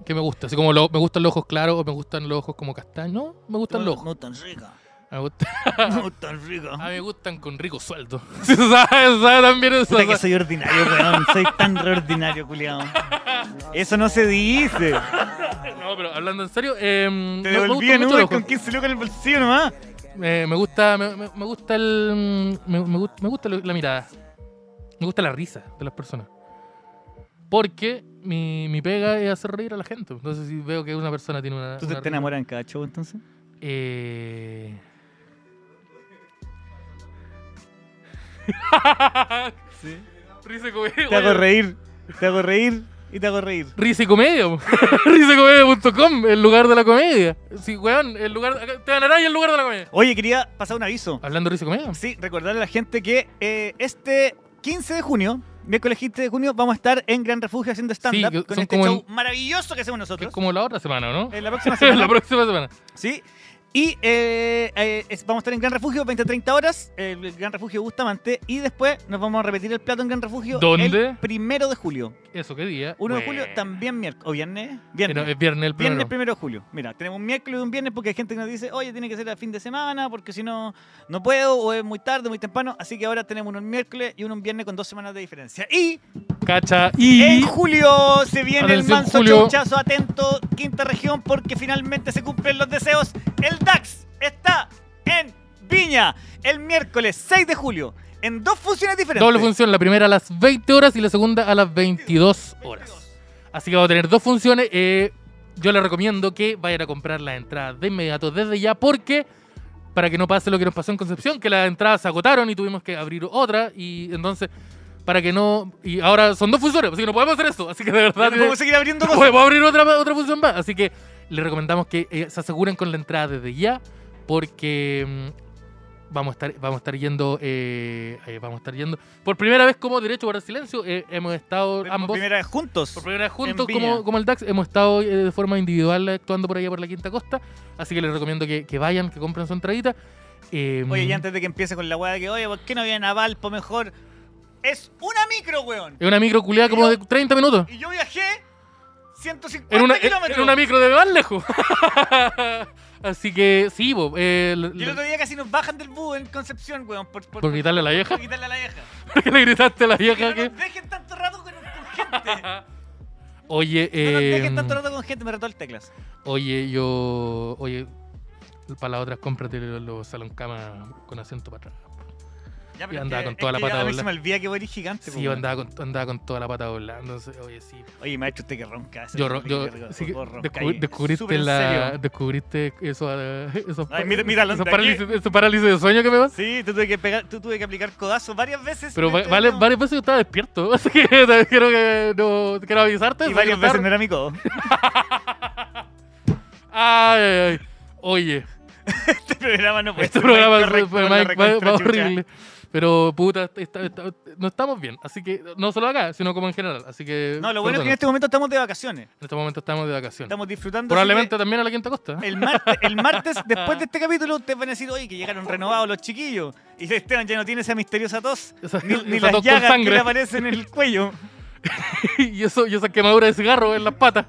Speaker 2: que me gusta. Así como lo- me gustan los ojos claros o me gustan los ojos como castaños. Me gustan los ojos.
Speaker 1: No tan rica.
Speaker 2: Me gusta-
Speaker 1: No tan rica.
Speaker 2: a mí me gustan con rico sueldo. Sí, se sabe, se sabe también eso.
Speaker 1: Puta que
Speaker 2: se-
Speaker 1: soy ordinario, weón. Soy tan reordinario, culiao. Eso no se dice.
Speaker 2: No, pero hablando en serio, eh,
Speaker 1: Te
Speaker 2: me, me
Speaker 1: devolví
Speaker 2: gusta
Speaker 1: en
Speaker 2: mucho el
Speaker 1: Uber
Speaker 2: ojo.
Speaker 1: con 15 lucas en el bolsillo nomás.
Speaker 2: Eh, me gusta, me, me- me gusta el, mm, me, me gust- me gusta lo- la mirada, me gusta la risa de las personas, porque mi, mi pega es hacer reír a la gente. Entonces si veo que una persona tiene una,
Speaker 1: ¿Tú te,
Speaker 2: una
Speaker 1: te
Speaker 2: risa-
Speaker 1: enamoras en cada show entonces?
Speaker 2: Eh...
Speaker 1: Sí.
Speaker 2: risa y comedia.
Speaker 1: Te hago
Speaker 2: oye,
Speaker 1: reír. Te hago reír y te hago reír.
Speaker 2: Risa y comedia, po. risacomedia.com, el lugar de la comedia. Sí, weón, el lugar, acá- te ganarás el lugar de la comedia.
Speaker 1: Oye, quería pasar un aviso.
Speaker 2: Hablando de risa y comedia.
Speaker 1: Sí, recordarle a la gente que eh, este 15 de junio, miércoles 15 de junio, vamos a estar en Gran Refugio haciendo stand-up
Speaker 2: que
Speaker 1: con
Speaker 2: son
Speaker 1: este
Speaker 2: como
Speaker 1: show
Speaker 2: en-
Speaker 1: maravilloso que hacemos
Speaker 2: Que es
Speaker 1: nosotros.
Speaker 2: como la otra semana, ¿no?
Speaker 1: En la próxima Eh, semana.
Speaker 2: la próxima semana.
Speaker 1: Sí. Y eh, eh, es- vamos a estar en Gran Refugio 20-30 horas, el Gran Refugio Bustamante, y después nos vamos a repetir el plato en Gran Refugio
Speaker 2: ¿Dónde?
Speaker 1: el primero de julio.
Speaker 2: ¿Eso qué día?
Speaker 1: 1 de
Speaker 2: Bueno.
Speaker 1: julio también miércoles. ¿O viernes?
Speaker 2: Eh, no,
Speaker 1: Viernes.
Speaker 2: es viernes el primero.
Speaker 1: Viernes primero de julio. Mira, tenemos un miércoles y un viernes porque hay gente que nos dice, oye, tiene que ser a fin de semana porque si no, no puedo, o es muy tarde, muy temprano. Así que ahora tenemos uno un miércoles y uno un viernes con dos semanas de diferencia. Y
Speaker 2: Cacha y.
Speaker 1: en julio se viene el
Speaker 2: Atención,
Speaker 1: manso
Speaker 2: Julio.
Speaker 1: chauchazo atento, quinta región, porque finalmente se cumplen los deseos. El DAX está en Viña el miércoles 6 de julio, en dos funciones diferentes.
Speaker 2: Doble función, la primera a las 20 horas y la segunda a las 22 horas. Así que vamos a tener dos funciones. eh, yo les recomiendo que vayan a comprar las entradas de inmediato desde ya porque para que no pase lo que nos pasó en Concepción, que las entradas se agotaron y tuvimos que abrir otra y entonces para que no y ahora son dos funciones, así que no podemos hacer esto, así que de
Speaker 1: Ya
Speaker 2: verdad
Speaker 1: no podemos seguir abriendo
Speaker 2: Pues
Speaker 1: cosas.
Speaker 2: Podemos abrir otra, otra función más. Así que les recomendamos que eh, se aseguren con la entrada desde ya, porque mm, vamos a estar, vamos a estar yendo, eh, eh, vamos a estar yendo. Por primera vez como Derecho para el Silencio, eh, hemos estado
Speaker 1: Por
Speaker 2: ambos.
Speaker 1: primera vez juntos.
Speaker 2: Por primera vez juntos,
Speaker 1: En Viña.
Speaker 2: como, como el DAX, hemos estado eh, de forma individual actuando por allá por la Quinta Costa. Así que les recomiendo que, que vayan, que compren su entradita. Eh,
Speaker 1: Oye, y antes de que empiece con la weá de que, oye, ¿por qué no vienen a Valpo mejor? Es una micro, weón.
Speaker 2: Es una micro culiada como de 30 minutos.
Speaker 1: Y yo viajé 150
Speaker 2: En una, en-
Speaker 1: kilómetros.
Speaker 2: en una micro de más lejos. Así que sí, bo, eh, l-
Speaker 1: Y el otro día casi nos bajan del bus en Concepción, weón, por, por,
Speaker 2: por gritarle a la vieja.
Speaker 1: por quitarle a la vieja.
Speaker 2: Porque le gritaste a la
Speaker 1: Que no
Speaker 2: vieja que.
Speaker 1: nos dejen tanto rato con, con gente.
Speaker 2: Oye,
Speaker 1: No nos
Speaker 2: eh,
Speaker 1: dejen tanto rato con gente, me retó el teclas.
Speaker 2: oye, yo. Oye, para las otras cómprate los, los salón cama con asiento para atrás.
Speaker 1: Ya,
Speaker 2: Yo
Speaker 1: es
Speaker 2: andaba
Speaker 1: que-
Speaker 2: con
Speaker 1: es
Speaker 2: toda la
Speaker 1: que ya
Speaker 2: pata
Speaker 1: A mí
Speaker 2: doblada.
Speaker 1: se me olvida que voy gigante. po,
Speaker 2: Sí, yo
Speaker 1: weón.
Speaker 2: andaba con, andaba con toda la pata doblada. Entonces, oye, sí.
Speaker 1: Oye, maestro, usted que ronca. ese
Speaker 2: Yo,
Speaker 1: es
Speaker 2: ro-
Speaker 1: rico,
Speaker 2: yo
Speaker 1: rico,
Speaker 2: sí que
Speaker 1: vos roncáis.
Speaker 2: descubrí- descubriste
Speaker 1: Súper en
Speaker 2: la.
Speaker 1: serio.
Speaker 2: Descubriste eso, eh, esos,
Speaker 1: Ay, mira- míralo,
Speaker 2: esos
Speaker 1: de
Speaker 2: parálisis, esos parálisis de sueño que me vas.
Speaker 1: Sí, tú tuve que pegar, tú tuve que aplicar codazo varias veces.
Speaker 2: Pero
Speaker 1: en
Speaker 2: va-
Speaker 1: este
Speaker 2: vale,
Speaker 1: año.
Speaker 2: varias veces yo estaba despierto. Así que quiero que no quiero avisarte.
Speaker 1: Y
Speaker 2: soy
Speaker 1: varias
Speaker 2: tarde.
Speaker 1: veces no era mi codo.
Speaker 2: Ay, ay, ay. Oye,
Speaker 1: Este programa no puede
Speaker 2: este
Speaker 1: ser más
Speaker 2: programa fue,
Speaker 1: incorrecto
Speaker 2: fue
Speaker 1: con la
Speaker 2: más- más-
Speaker 1: recontra
Speaker 2: más
Speaker 1: chucha.
Speaker 2: horrible. Pero puta, esta- esta- no estamos bien. Así que no solo acá, sino como en general. Así que.
Speaker 1: No, lo bueno es que en
Speaker 2: perdona.
Speaker 1: este momento estamos de vacaciones.
Speaker 2: en este momento estamos de vacaciones.
Speaker 1: Estamos disfrutando.
Speaker 2: Probablemente
Speaker 1: así
Speaker 2: también a la Quinta Costa.
Speaker 1: que El martes, el martes, después de este capítulo, ustedes van a decir, oye, que llegaron renovados los chiquillos. Y Esteban ya no tiene esa misteriosa tos,
Speaker 2: Esa-
Speaker 1: ni, ni
Speaker 2: esa
Speaker 1: las
Speaker 2: tos con
Speaker 1: llagas que
Speaker 2: sangre.
Speaker 1: le aparecen en el cuello.
Speaker 2: y, eso, y esa quemadura de cigarro en las patas.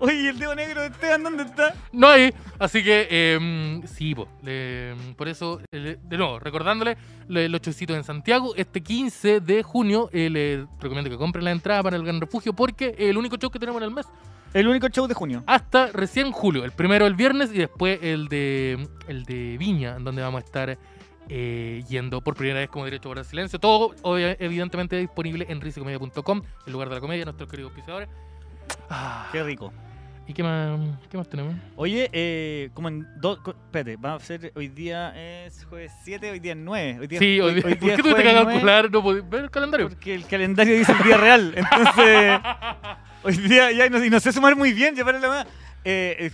Speaker 1: Oye, ¿y el dedo negro de Esteban dónde está?
Speaker 2: No hay. Así que, eh, sí, po. Le- por eso, eh, de nuevo, recordándole, le- los chocitos en Santiago, este 15 de junio, eh, le recomiendo que compren la entrada para el Gran Refugio porque es el único show que tenemos en el mes.
Speaker 1: El único show de junio.
Speaker 2: Hasta recién julio, el primero el viernes y después el de, el de Viña, en donde vamos a estar eh, yendo por primera vez como Derecho para el Silencio. Todo, obvia- evidentemente, disponible en risicomedia.com, el lugar de la comedia, nuestros queridos pisadores.
Speaker 1: Qué rico.
Speaker 2: ¿Y qué más, qué más tenemos?
Speaker 1: Oye, eh, como en dos. co- Espérate, va a ser hoy día es jueves 7, hoy día es 9. Hoy día,
Speaker 2: Sí, hoy,
Speaker 1: hoy
Speaker 2: ¿por
Speaker 1: día
Speaker 2: qué tuviste que
Speaker 1: jueves 9,
Speaker 2: calcular? No podí ver el calendario.
Speaker 1: Porque el calendario dice el día real. Entonces, hoy día ya no, y no sé sumar muy bien, ya para la más.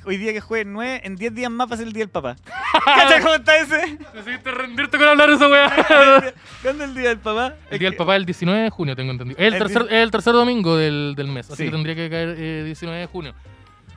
Speaker 1: hoy día que jueves 9, en 10 días más va a ser el día del papá. ¿Cacha cómo está ese?
Speaker 2: Decidiste rendirte con hablar esa weá.
Speaker 1: ¿Cuándo es el día del papá?
Speaker 2: El día del papá es el 19 de junio, tengo entendido. Es el
Speaker 1: El
Speaker 2: tercer,
Speaker 1: di-
Speaker 2: es el tercer domingo del, del mes, así
Speaker 1: Sí.
Speaker 2: que tendría que caer eh, 19 de junio.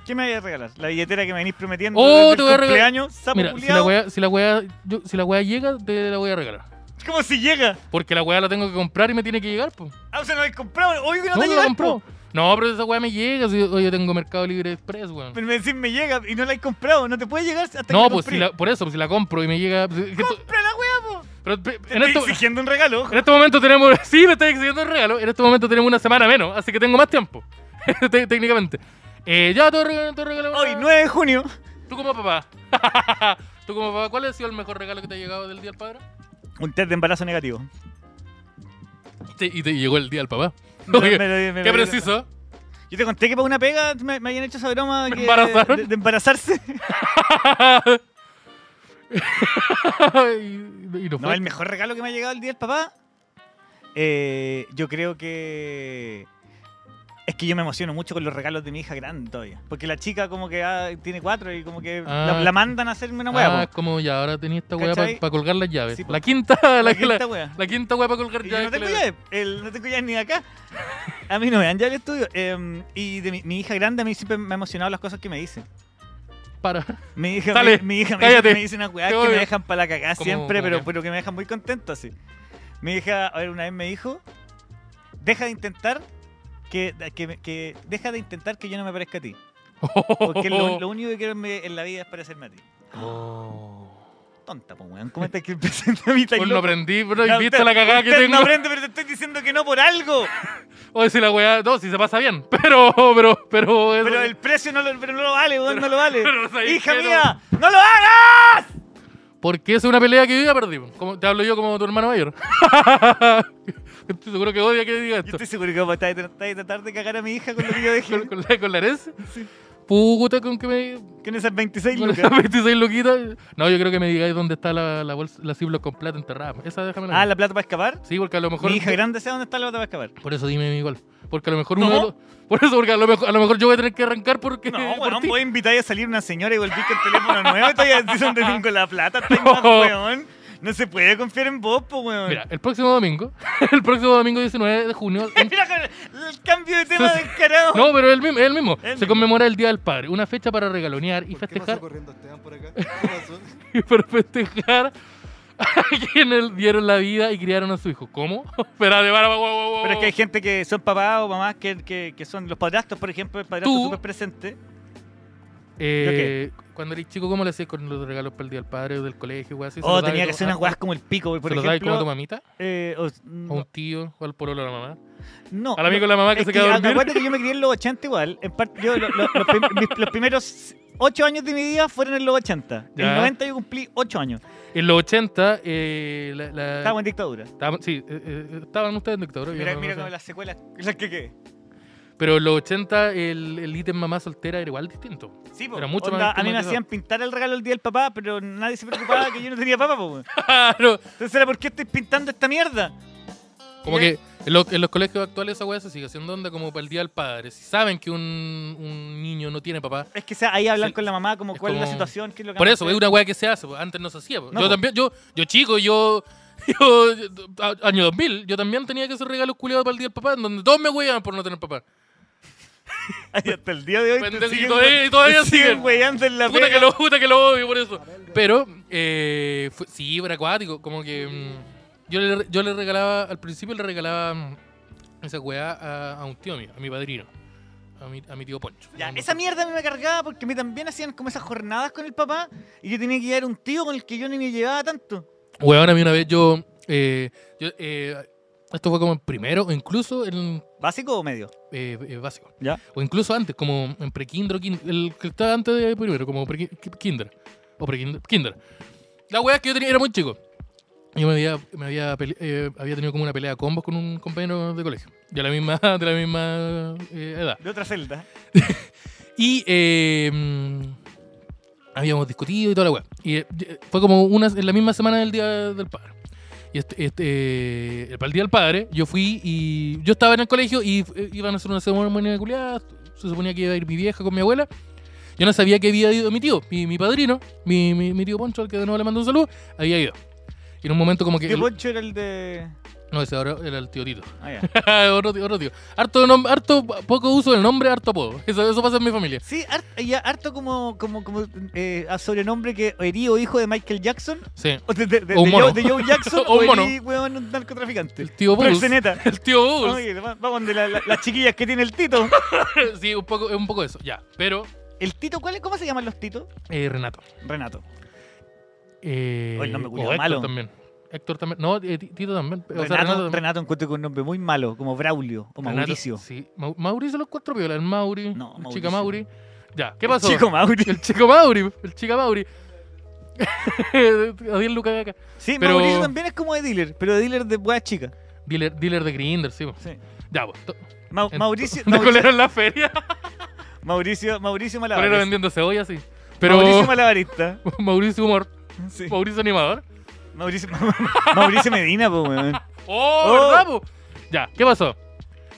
Speaker 1: ¿Qué me vais a regalar? ¿La billetera que me venís prometiendo? desde
Speaker 2: Oh,
Speaker 1: el
Speaker 2: te voy a regalar-
Speaker 1: cumpleaños, sapo
Speaker 2: Mira, si
Speaker 1: culiao.
Speaker 2: la, weá, si, la weá, yo- si la weá llega, te la voy a regalar.
Speaker 1: ¿Cómo si llega?
Speaker 2: Porque la weá la tengo que comprar y me tiene que llegar, pues.
Speaker 1: Ah, o sea, no habéis comprado. Obvio que no,
Speaker 2: No,
Speaker 1: te
Speaker 2: no
Speaker 1: llega.
Speaker 2: la compró. No, pero esa weá me llega. Si yo, yo tengo Mercado Libre Express, weón.
Speaker 1: Pero me decís, me llega y no la has comprado, no te puede llegar hasta que
Speaker 2: No,
Speaker 1: la
Speaker 2: pues si
Speaker 1: compré.
Speaker 2: la- por eso, pues, si la compro y me llega. pues, que tú-
Speaker 1: ¡Compra la wea, po!
Speaker 2: pero, pe-
Speaker 1: Te
Speaker 2: en
Speaker 1: estoy
Speaker 2: esto,
Speaker 1: exigiendo un regalo, ojo.
Speaker 2: En este momento tenemos. Sí, me estoy exigiendo el regalo. En este momento tenemos una semana menos, así que tengo más tiempo. Te- técnicamente. Eh, ya, todo regalo, todo regalo.
Speaker 1: Hoy, 9 de junio.
Speaker 2: Tú como papá. Tú como papá, ¿cuál ha sido el mejor regalo que te ha llegado del día del padre?
Speaker 1: Un test de embarazo negativo.
Speaker 2: Sí, y te llegó el día del papá.
Speaker 1: Me lo-
Speaker 2: Oye,
Speaker 1: me lo- me
Speaker 2: Qué
Speaker 1: lo-
Speaker 2: preciso.
Speaker 1: Yo te conté que para una pega me, me habían hecho esa broma
Speaker 2: ¿Me
Speaker 1: que-
Speaker 2: embarazaron?
Speaker 1: de, de embarazarse.
Speaker 2: y, y no
Speaker 1: No,
Speaker 2: fue.
Speaker 1: el mejor regalo que me ha llegado el día del papá. eh, yo creo que. Es que yo me emociono mucho con los regalos de mi hija grande todavía. Porque la chica, como que ah, tiene cuatro y como que
Speaker 2: Ah.
Speaker 1: la, la mandan a hacerme una
Speaker 2: ah,
Speaker 1: hueá.
Speaker 2: es como ya, ahora tenía esta weá para
Speaker 1: ¿Cachai?
Speaker 2: colgar las llaves.
Speaker 1: Sí, po.
Speaker 2: la quinta, la, la-
Speaker 1: quinta wea.
Speaker 2: la quinta weá para colgar
Speaker 1: Y
Speaker 2: llaves.
Speaker 1: yo no tengo
Speaker 2: que le-
Speaker 1: llave, el- no tengo llave ni de acá. A mí no me dan llave al estudio. Em, y de mi, mi hija grande, a mí siempre me ha emocionado las cosas que me dicen.
Speaker 2: Para.
Speaker 1: Mi hija,
Speaker 2: Dale,
Speaker 1: mi, mi hija me,
Speaker 2: cállate.
Speaker 1: dice, me dice unas weas
Speaker 2: Te
Speaker 1: que
Speaker 2: odio.
Speaker 1: me dejan para la cagada
Speaker 2: ¿Cómo-
Speaker 1: siempre,
Speaker 2: cómo
Speaker 1: pero,
Speaker 2: qué?
Speaker 1: pero que me dejan muy contento así. Mi hija, a ver, una vez me dijo, deja de intentar que, que, me- que- deja de intentar que yo no me parezca a ti. Porque lo, lo único que quiero en, mi- en la vida es parecerme a ti.
Speaker 2: Oh.
Speaker 1: Tonta, pues weón. ¿Cómo estás que presenta a mí tan
Speaker 2: Pues no
Speaker 1: loco?
Speaker 2: aprendí, bro.
Speaker 1: Ya,
Speaker 2: y viste
Speaker 1: usted-
Speaker 2: la cagada que
Speaker 1: usted
Speaker 2: tengo.
Speaker 1: No aprende, pero te estoy diciendo que no por algo.
Speaker 2: Oye, si la weá. No, si se pasa bien. Pero, pero, pero. eso-
Speaker 1: Pero el precio no lo, pero no lo vale, weón, no lo vale.
Speaker 2: pero sabéis
Speaker 1: ¡Hija
Speaker 2: que no.
Speaker 1: mía! ¡No lo hagas!
Speaker 2: Porque es una pelea que yo ya perdí. Como, te hablo yo como tu hermano mayor. Estoy seguro que odia que diga
Speaker 1: Yo
Speaker 2: esto.
Speaker 1: estoy seguro que vos estás a tratar de cagar a mi hija con lo que yo dejé.
Speaker 2: ¿Con, con la, con la Ares? Puta, con que me.
Speaker 1: Con esas 26
Speaker 2: con
Speaker 1: lucas.
Speaker 2: esas 26 luquitas. No, yo creo que me digáis dónde está la, la bolsa, la Ziploc con plata enterrada. Esa déjamela.
Speaker 1: Ah, la plata para escapar.
Speaker 2: Sí, porque a lo mejor.
Speaker 1: Mi hija grande sabe dónde está la plata para escapar.
Speaker 2: Por eso dime igual. Porque a lo mejor
Speaker 1: No.
Speaker 2: uno de los- Por eso, porque a lo, mejor, a lo mejor yo voy a tener que arrancar porque.
Speaker 1: No,
Speaker 2: por
Speaker 1: weón,
Speaker 2: ti.
Speaker 1: vos invitáis a salir una señora y volví con el teléfono nuevo y todavía decís dónde tengo la plata, estáis
Speaker 2: No.
Speaker 1: más, weón. No se puede confiar en vos, po, weón.
Speaker 2: Mira, el próximo domingo, el próximo domingo 19 de junio. en-
Speaker 1: Mira con el cambio de tema del carajo.
Speaker 2: No, pero es el mismo, es el mismo.
Speaker 1: El
Speaker 2: Se
Speaker 1: mismo.
Speaker 2: conmemora el Día del Padre, una fecha para regalonear y
Speaker 3: ¿Por qué
Speaker 2: festejar.
Speaker 3: pasó corriendo Esteban por acá? ¿Qué pasó?
Speaker 2: y para festejar a quienes dieron la vida y criaron a su hijo. ¿Cómo? Espérate, para, para, para, para,
Speaker 1: Pero es que hay gente que son papás o mamás que, que, que son los padrastros, por ejemplo, el padrastro
Speaker 2: Tú.
Speaker 1: súper presente.
Speaker 2: Eh, Cuando eres chico, ¿cómo le hacías con los regalos para el Día del Padre o del colegio? güey? Así, se
Speaker 1: O
Speaker 2: los
Speaker 1: Oh, tenía
Speaker 2: dabas
Speaker 1: que
Speaker 2: como-
Speaker 1: ser unas
Speaker 2: ah,
Speaker 1: weas como el pico, güey, por
Speaker 2: ¿Se los dabas como a tu
Speaker 1: ejemplo.
Speaker 2: mamá?
Speaker 1: eh, o-
Speaker 2: ¿A un tío? ¿O al pololo de la mamá?
Speaker 1: no,
Speaker 2: ¿Al amigo
Speaker 1: no.
Speaker 2: de la mamá que
Speaker 1: Es
Speaker 2: se
Speaker 1: que
Speaker 2: queda a
Speaker 1: acu-
Speaker 2: dormir?
Speaker 1: acuérdate que yo me crié en los 80 igual. En parte, yo, lo- lo- los, prim- mis- los primeros 8 años de mi vida fueron en los 80. En
Speaker 2: Ya. Eh.
Speaker 1: los 90 yo cumplí 8 años.
Speaker 2: En los 80, eh, la, la-
Speaker 1: Estaba en dictadura.
Speaker 2: estaban- sí, eh, eh, estaban ustedes en dictadura. yo
Speaker 1: Mira,
Speaker 2: no-
Speaker 1: mira
Speaker 2: no sé.
Speaker 1: como las secuelas las que quedé.
Speaker 2: Pero en los 80, el, el ítem mamá soltera era igual distinto.
Speaker 1: Sí, po.
Speaker 2: Era mucho
Speaker 1: Onda, A
Speaker 2: más
Speaker 1: mí me
Speaker 2: estigmatizado.
Speaker 1: hacían pintar el regalo el día del papá, pero nadie se preocupaba que yo no tenía papá, po. weón.
Speaker 2: Claro.
Speaker 1: Entonces era, ¿por qué estoy pintando esta mierda?
Speaker 2: Como
Speaker 1: Y
Speaker 2: que en los, en los colegios actuales esa weá se sigue haciendo onda como para el día del padre. Si saben que un, un niño no tiene papá.
Speaker 1: Es que o sea, ahí hablan
Speaker 2: Sí.
Speaker 1: con la mamá, como
Speaker 2: Es
Speaker 1: cuál es la
Speaker 2: como-
Speaker 1: situación, qué es lo que
Speaker 2: Por
Speaker 1: van a
Speaker 2: eso, es
Speaker 1: hacer.
Speaker 2: una weá que se hace. pues, Antes no se hacía. pues.
Speaker 1: No,
Speaker 2: yo
Speaker 1: pues.
Speaker 2: también, yo, yo chico, yo, yo, a- año 2000, yo también tenía que hacer regalos culiados para el día del papá, en donde todos me weaban por no tener papá.
Speaker 1: Ay, hasta el día de hoy. te
Speaker 2: Pendejo, y
Speaker 1: Este, siguen-
Speaker 2: todavía, y todavía
Speaker 1: te siguen
Speaker 2: siguen.
Speaker 1: weyando en la
Speaker 2: Puta que,
Speaker 1: pega.
Speaker 2: lo, puta que lo odio por eso. Pero, eh, fue- sí, era acuático. Como que mm, yo, le, yo le regalaba, al principio le regalaba mm, esa weá a, a un tío mío, a mi padrino, a mi, a mi tío Poncho.
Speaker 1: Ya,
Speaker 2: No-
Speaker 1: esa mierda a mí me cargaba porque a mí también hacían como esas jornadas con el papá y yo tenía que llevar un tío con el que yo ni me llevaba tanto.
Speaker 2: Weón, a mí una vez yo. eh, yo, eh, esto fue como en primero, o incluso en
Speaker 1: ¿Básico o medio?
Speaker 2: eh, eh, básico.
Speaker 1: Ya.
Speaker 2: O incluso antes, como en pre-kinder, o kin- el que estaba antes de primero, como pre-kinder. O pre-kinder. kinder. La weá que yo tenía era muy chico. Yo me había, me había, pele- eh, había tenido como una pelea a combos con un compañero de colegio. De la misma, de la misma eh, edad.
Speaker 1: De otra celda.
Speaker 2: Y eh, mm, habíamos discutido y toda la weá. Y eh, eh, fue como una, en la misma semana del Día del Padre. Y este, este, eh, para el Día del Padre, yo fui y yo estaba en el colegio y eh, iban a hacer una ceremonia de culiada. Se suponía que iba a ir mi vieja con mi abuela. Yo no sabía que había ido mi tío, mi, mi padrino, mi, mi- mi tío Poncho, al que de nuevo le mando un saludo, había ido. Y en un momento como que...
Speaker 1: Tío
Speaker 2: el-
Speaker 1: Poncho era el de.
Speaker 2: no, ese ahora era el tío Tito.
Speaker 1: Ah, ya.
Speaker 2: otro tío, otro tío. Harto, nom- harto poco uso del nombre, harto apodo. Eso, eso pasa en mi familia.
Speaker 1: Sí, harto, ya, harto como, como, como eh, a sobrenombre que o herí o hijo de Michael Jackson,
Speaker 2: Sí.
Speaker 1: o de, de- de-
Speaker 2: O un
Speaker 1: de
Speaker 2: mono.
Speaker 1: Joe, de Joe Jackson,
Speaker 2: O
Speaker 1: o,
Speaker 2: un mono.
Speaker 1: herí, weón, un narcotraficante.
Speaker 2: El tío Bulls.
Speaker 1: Proxeneta.
Speaker 2: El Este, tío Bulls.
Speaker 1: Oye, va- Vamos de la- la- las chiquillas que tiene el Tito.
Speaker 2: sí, un poco, es un poco eso, ya. Pero,
Speaker 1: ¿El Tito? ¿cuál es? ¿Cómo se llaman los Titos?
Speaker 2: eh, Renato.
Speaker 1: Renato.
Speaker 2: Eh,
Speaker 1: Oye, el nombre
Speaker 2: o
Speaker 1: culiao
Speaker 2: Héctor
Speaker 1: malo.
Speaker 2: también. Héctor también. No, eh, Ti- Tito también. O sea,
Speaker 1: Renato,
Speaker 2: Renato también.
Speaker 1: Renato encuentro con un nombre muy malo, como Braulio o
Speaker 2: Renato,
Speaker 1: Mauricio.
Speaker 2: Sí. Mau- Mauricio los cuatro piola. El Mauri.
Speaker 1: No,
Speaker 2: el chica
Speaker 1: Mauricio.
Speaker 2: Mauri. Ya, ¿qué pasó?
Speaker 1: Chico Mauricio.
Speaker 2: El chico Mauri. El chica Mauri. A 10 lucas acá.
Speaker 1: Sí,
Speaker 2: Pero-
Speaker 1: Mauricio también es como de dealer, pero de dealer de buenas chicas.
Speaker 2: Dealer, dealer de Grinder, sí. po.
Speaker 1: Sí.
Speaker 2: Ya, pues. to-
Speaker 1: Mau-
Speaker 2: en-
Speaker 1: Mauricio,
Speaker 2: De
Speaker 1: Mauricio,
Speaker 2: colero en la feria.
Speaker 1: Mauricio, Mauricio
Speaker 2: Colero
Speaker 1: Malabarista.
Speaker 2: vendiendo cebolla, sí. Pero. Oh.
Speaker 1: Mauricio Malabarista.
Speaker 2: Mauricio, Humor.
Speaker 1: Sí.
Speaker 2: Mauricio Animador.
Speaker 1: Mauricio, Mauricio Medina, po, weón.
Speaker 2: ¡Oh,
Speaker 1: Oh.
Speaker 2: verdad, po! Ya, ¿qué pasó?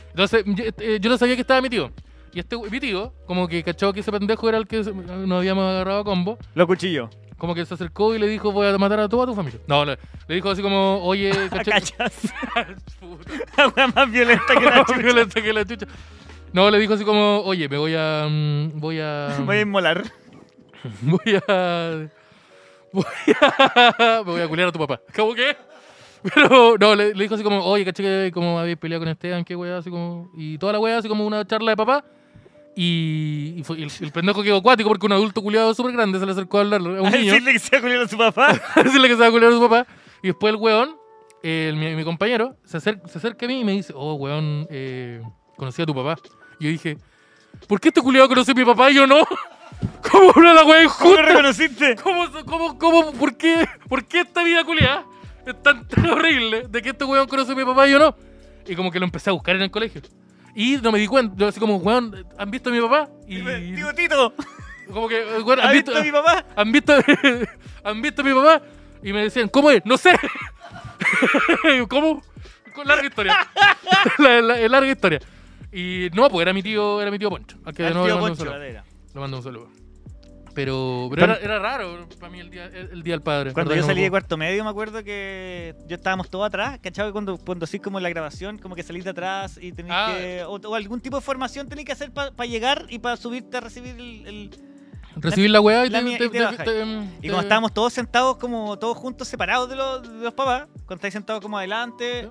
Speaker 2: Entonces, yo, eh, yo no sabía que estaba mi tío. Y este, mi tío, como que cachó que ese pendejo era el que se- nos habíamos agarrado a combo,
Speaker 1: Lo cuchillo.
Speaker 2: como que se acercó y le dijo, voy a matar a toda tu familia. No, le, le dijo así como, oye, caché...
Speaker 1: ¿Cachas? La weá más violenta que la
Speaker 2: Más
Speaker 1: chucha.
Speaker 2: violenta que la chucha. No, le dijo así como, oye, me voy a... mm, Voy a...
Speaker 1: Voy a inmolar.
Speaker 2: Voy a. Voy a. Me voy a culiar a tu papá. ¿Cómo qué? Pero no, le, le dijo así como, oye, caché que como habéis peleado con Esteban, qué weá, así como. Y toda la weá, así como una charla de papá. Y, y fue- y el, el pendejo quedó acuático porque un adulto culiado súper grande se le acercó a hablarle a
Speaker 1: A
Speaker 2: un niño,
Speaker 1: decirle que se va a culiar a su papá.
Speaker 2: a decirle que se va a culiar a su papá. Y después el weón, eh, el- mi, mi compañero, se acerca, se acerca a mí y me dice, oh weón, eh, conocí a tu papá. Y yo dije, ¿por qué este culiado conoce a mi papá y yo no? ¿Cómo una la weá injusta?
Speaker 1: ¿Cómo lo reconociste?
Speaker 2: ¿Cómo, se- cómo, cómo, por qué, por qué esta vida culiada es tan, tan horrible de que este weón conoce a mi papá y yo no? Y como que lo empecé a buscar en el colegio. Y no me di cuenta, yo así como, weón, ¿han visto a mi papá? Y
Speaker 1: Digo, Tito,
Speaker 2: como que, weón, ¿han
Speaker 1: ¿has
Speaker 2: visto,
Speaker 1: visto a mi papá?
Speaker 2: ¿han visto, ¿han visto a mi papá? Y me decían, ¿cómo es? No sé. ¿Cómo? Con larga historia. la, la- es larga historia. Y no, pues era mi tío, era mi tío Poncho. al que de
Speaker 1: Al
Speaker 2: nuevo
Speaker 1: tío
Speaker 2: le mando un
Speaker 1: Poncho,
Speaker 2: saludo.
Speaker 1: la era.
Speaker 2: Le mando un saludo. Pero, pero era,
Speaker 1: Tan-
Speaker 2: era raro para mí el día, el, el día del padre.
Speaker 1: Cuando yo
Speaker 2: ¿verdad? Como-
Speaker 1: salí de cuarto medio, me acuerdo que yo estábamos todos atrás, ¿cachado? Que Cuando, cuando así como la grabación, como que salís de atrás y tenés
Speaker 2: Ah.
Speaker 1: que. O, o algún tipo de formación tenés que hacer para llegar y para subirte a recibir el. el-
Speaker 2: Recibí la weá y
Speaker 1: la
Speaker 2: te,
Speaker 1: mía-
Speaker 2: te-
Speaker 1: y te
Speaker 2: te-
Speaker 1: bajáis.
Speaker 2: te-
Speaker 1: Y
Speaker 2: te-
Speaker 1: como estábamos todos sentados, como todos juntos, separados de los, de los papás, cuando estáis sentados como adelante,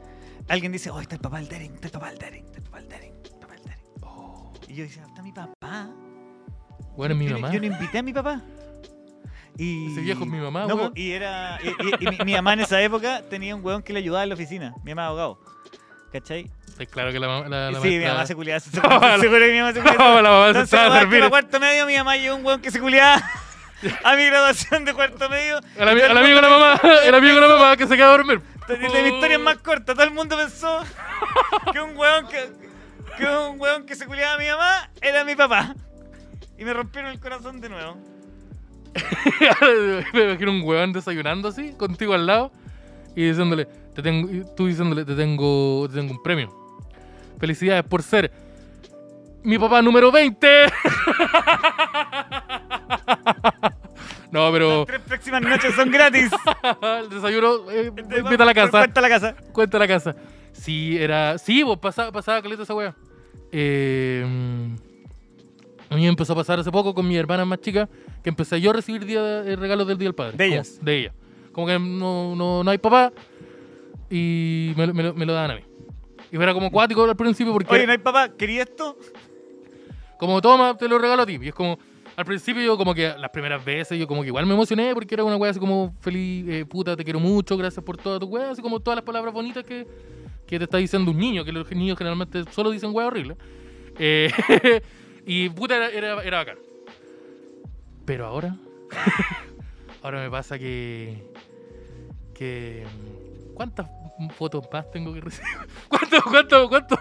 Speaker 1: alguien dice, oh, está el papá del Derek, está el papá del Derek, está el papá del Derek, está el papá del Derek. Y yo decía, está mi papá.
Speaker 2: Weón, es mi
Speaker 1: yo, no-
Speaker 2: mamá.
Speaker 1: yo no invité a mi papá. Y,
Speaker 2: Ese viejo es mi mamá,
Speaker 1: no, po,
Speaker 2: weón.
Speaker 1: y era y, y- y mi, mi mamá en esa época tenía un weón que le ayudaba en la oficina, mi mamá abogado. ¿Cachai?
Speaker 2: Sí, claro que la mamá. La, Ah, la
Speaker 1: sí, mi
Speaker 2: maestra-
Speaker 1: mamá se culiaba. se- Seguro que mi mamá se culiaba.
Speaker 2: la mamá se
Speaker 1: Entonces,
Speaker 2: estaba a
Speaker 1: weón, que
Speaker 2: dormir.
Speaker 1: para cuarto medio mi mamá llegó un weón que se culiaba a mi graduación de cuarto medio.
Speaker 2: El, ami- el amigo de la mamá, el amigo de la mamá que se queda a dormir.
Speaker 1: Y la
Speaker 2: Oh.
Speaker 1: historia es más corta. Todo el mundo pensó que un weón que, que, un weón que se culiaba a mi mamá era mi papá. Y me rompieron el corazón de nuevo.
Speaker 2: Me imagino un weón desayunando así, contigo al lado, y diciéndole, te tengo, y tú diciéndole, te tengo, te tengo un premio. Felicidades por ser mi papá número 20. no, pero
Speaker 1: Tres próximas noches son gratis.
Speaker 2: el desayuno eh, invita a la casa.
Speaker 1: Cuenta la casa.
Speaker 2: Cuenta la casa. Sí, era. Sí, vos pasaba, pasaba caleta esa weá. Eh, mm, a mí me empezó a pasar hace poco con mi hermana más chica, que empecé yo a recibir día de, eh, regalos del Día del Padre.
Speaker 1: De
Speaker 2: Como-
Speaker 1: ellas.
Speaker 2: de ella. Como que no, no, no hay papá y me, lo- me lo, me lo daban a mí. Y era como cuático al principio porque
Speaker 1: Oye, no hay papá, ¿quería esto?
Speaker 2: como toma, te lo regalo a ti. Y es como, al principio yo como que las primeras veces yo como que igual me emocioné porque era una wea así como feliz, eh, puta, te quiero mucho, gracias por toda tu wea, así como todas las palabras bonitas que, que te está diciendo un niño, que los niños generalmente solo dicen wea horrible. Eh, y puta era, era, era bacán. Pero ahora, ahora me pasa que, que, ¿cuántas fotos más tengo que recibir? ¿Cuánto, cuánto, cuánto?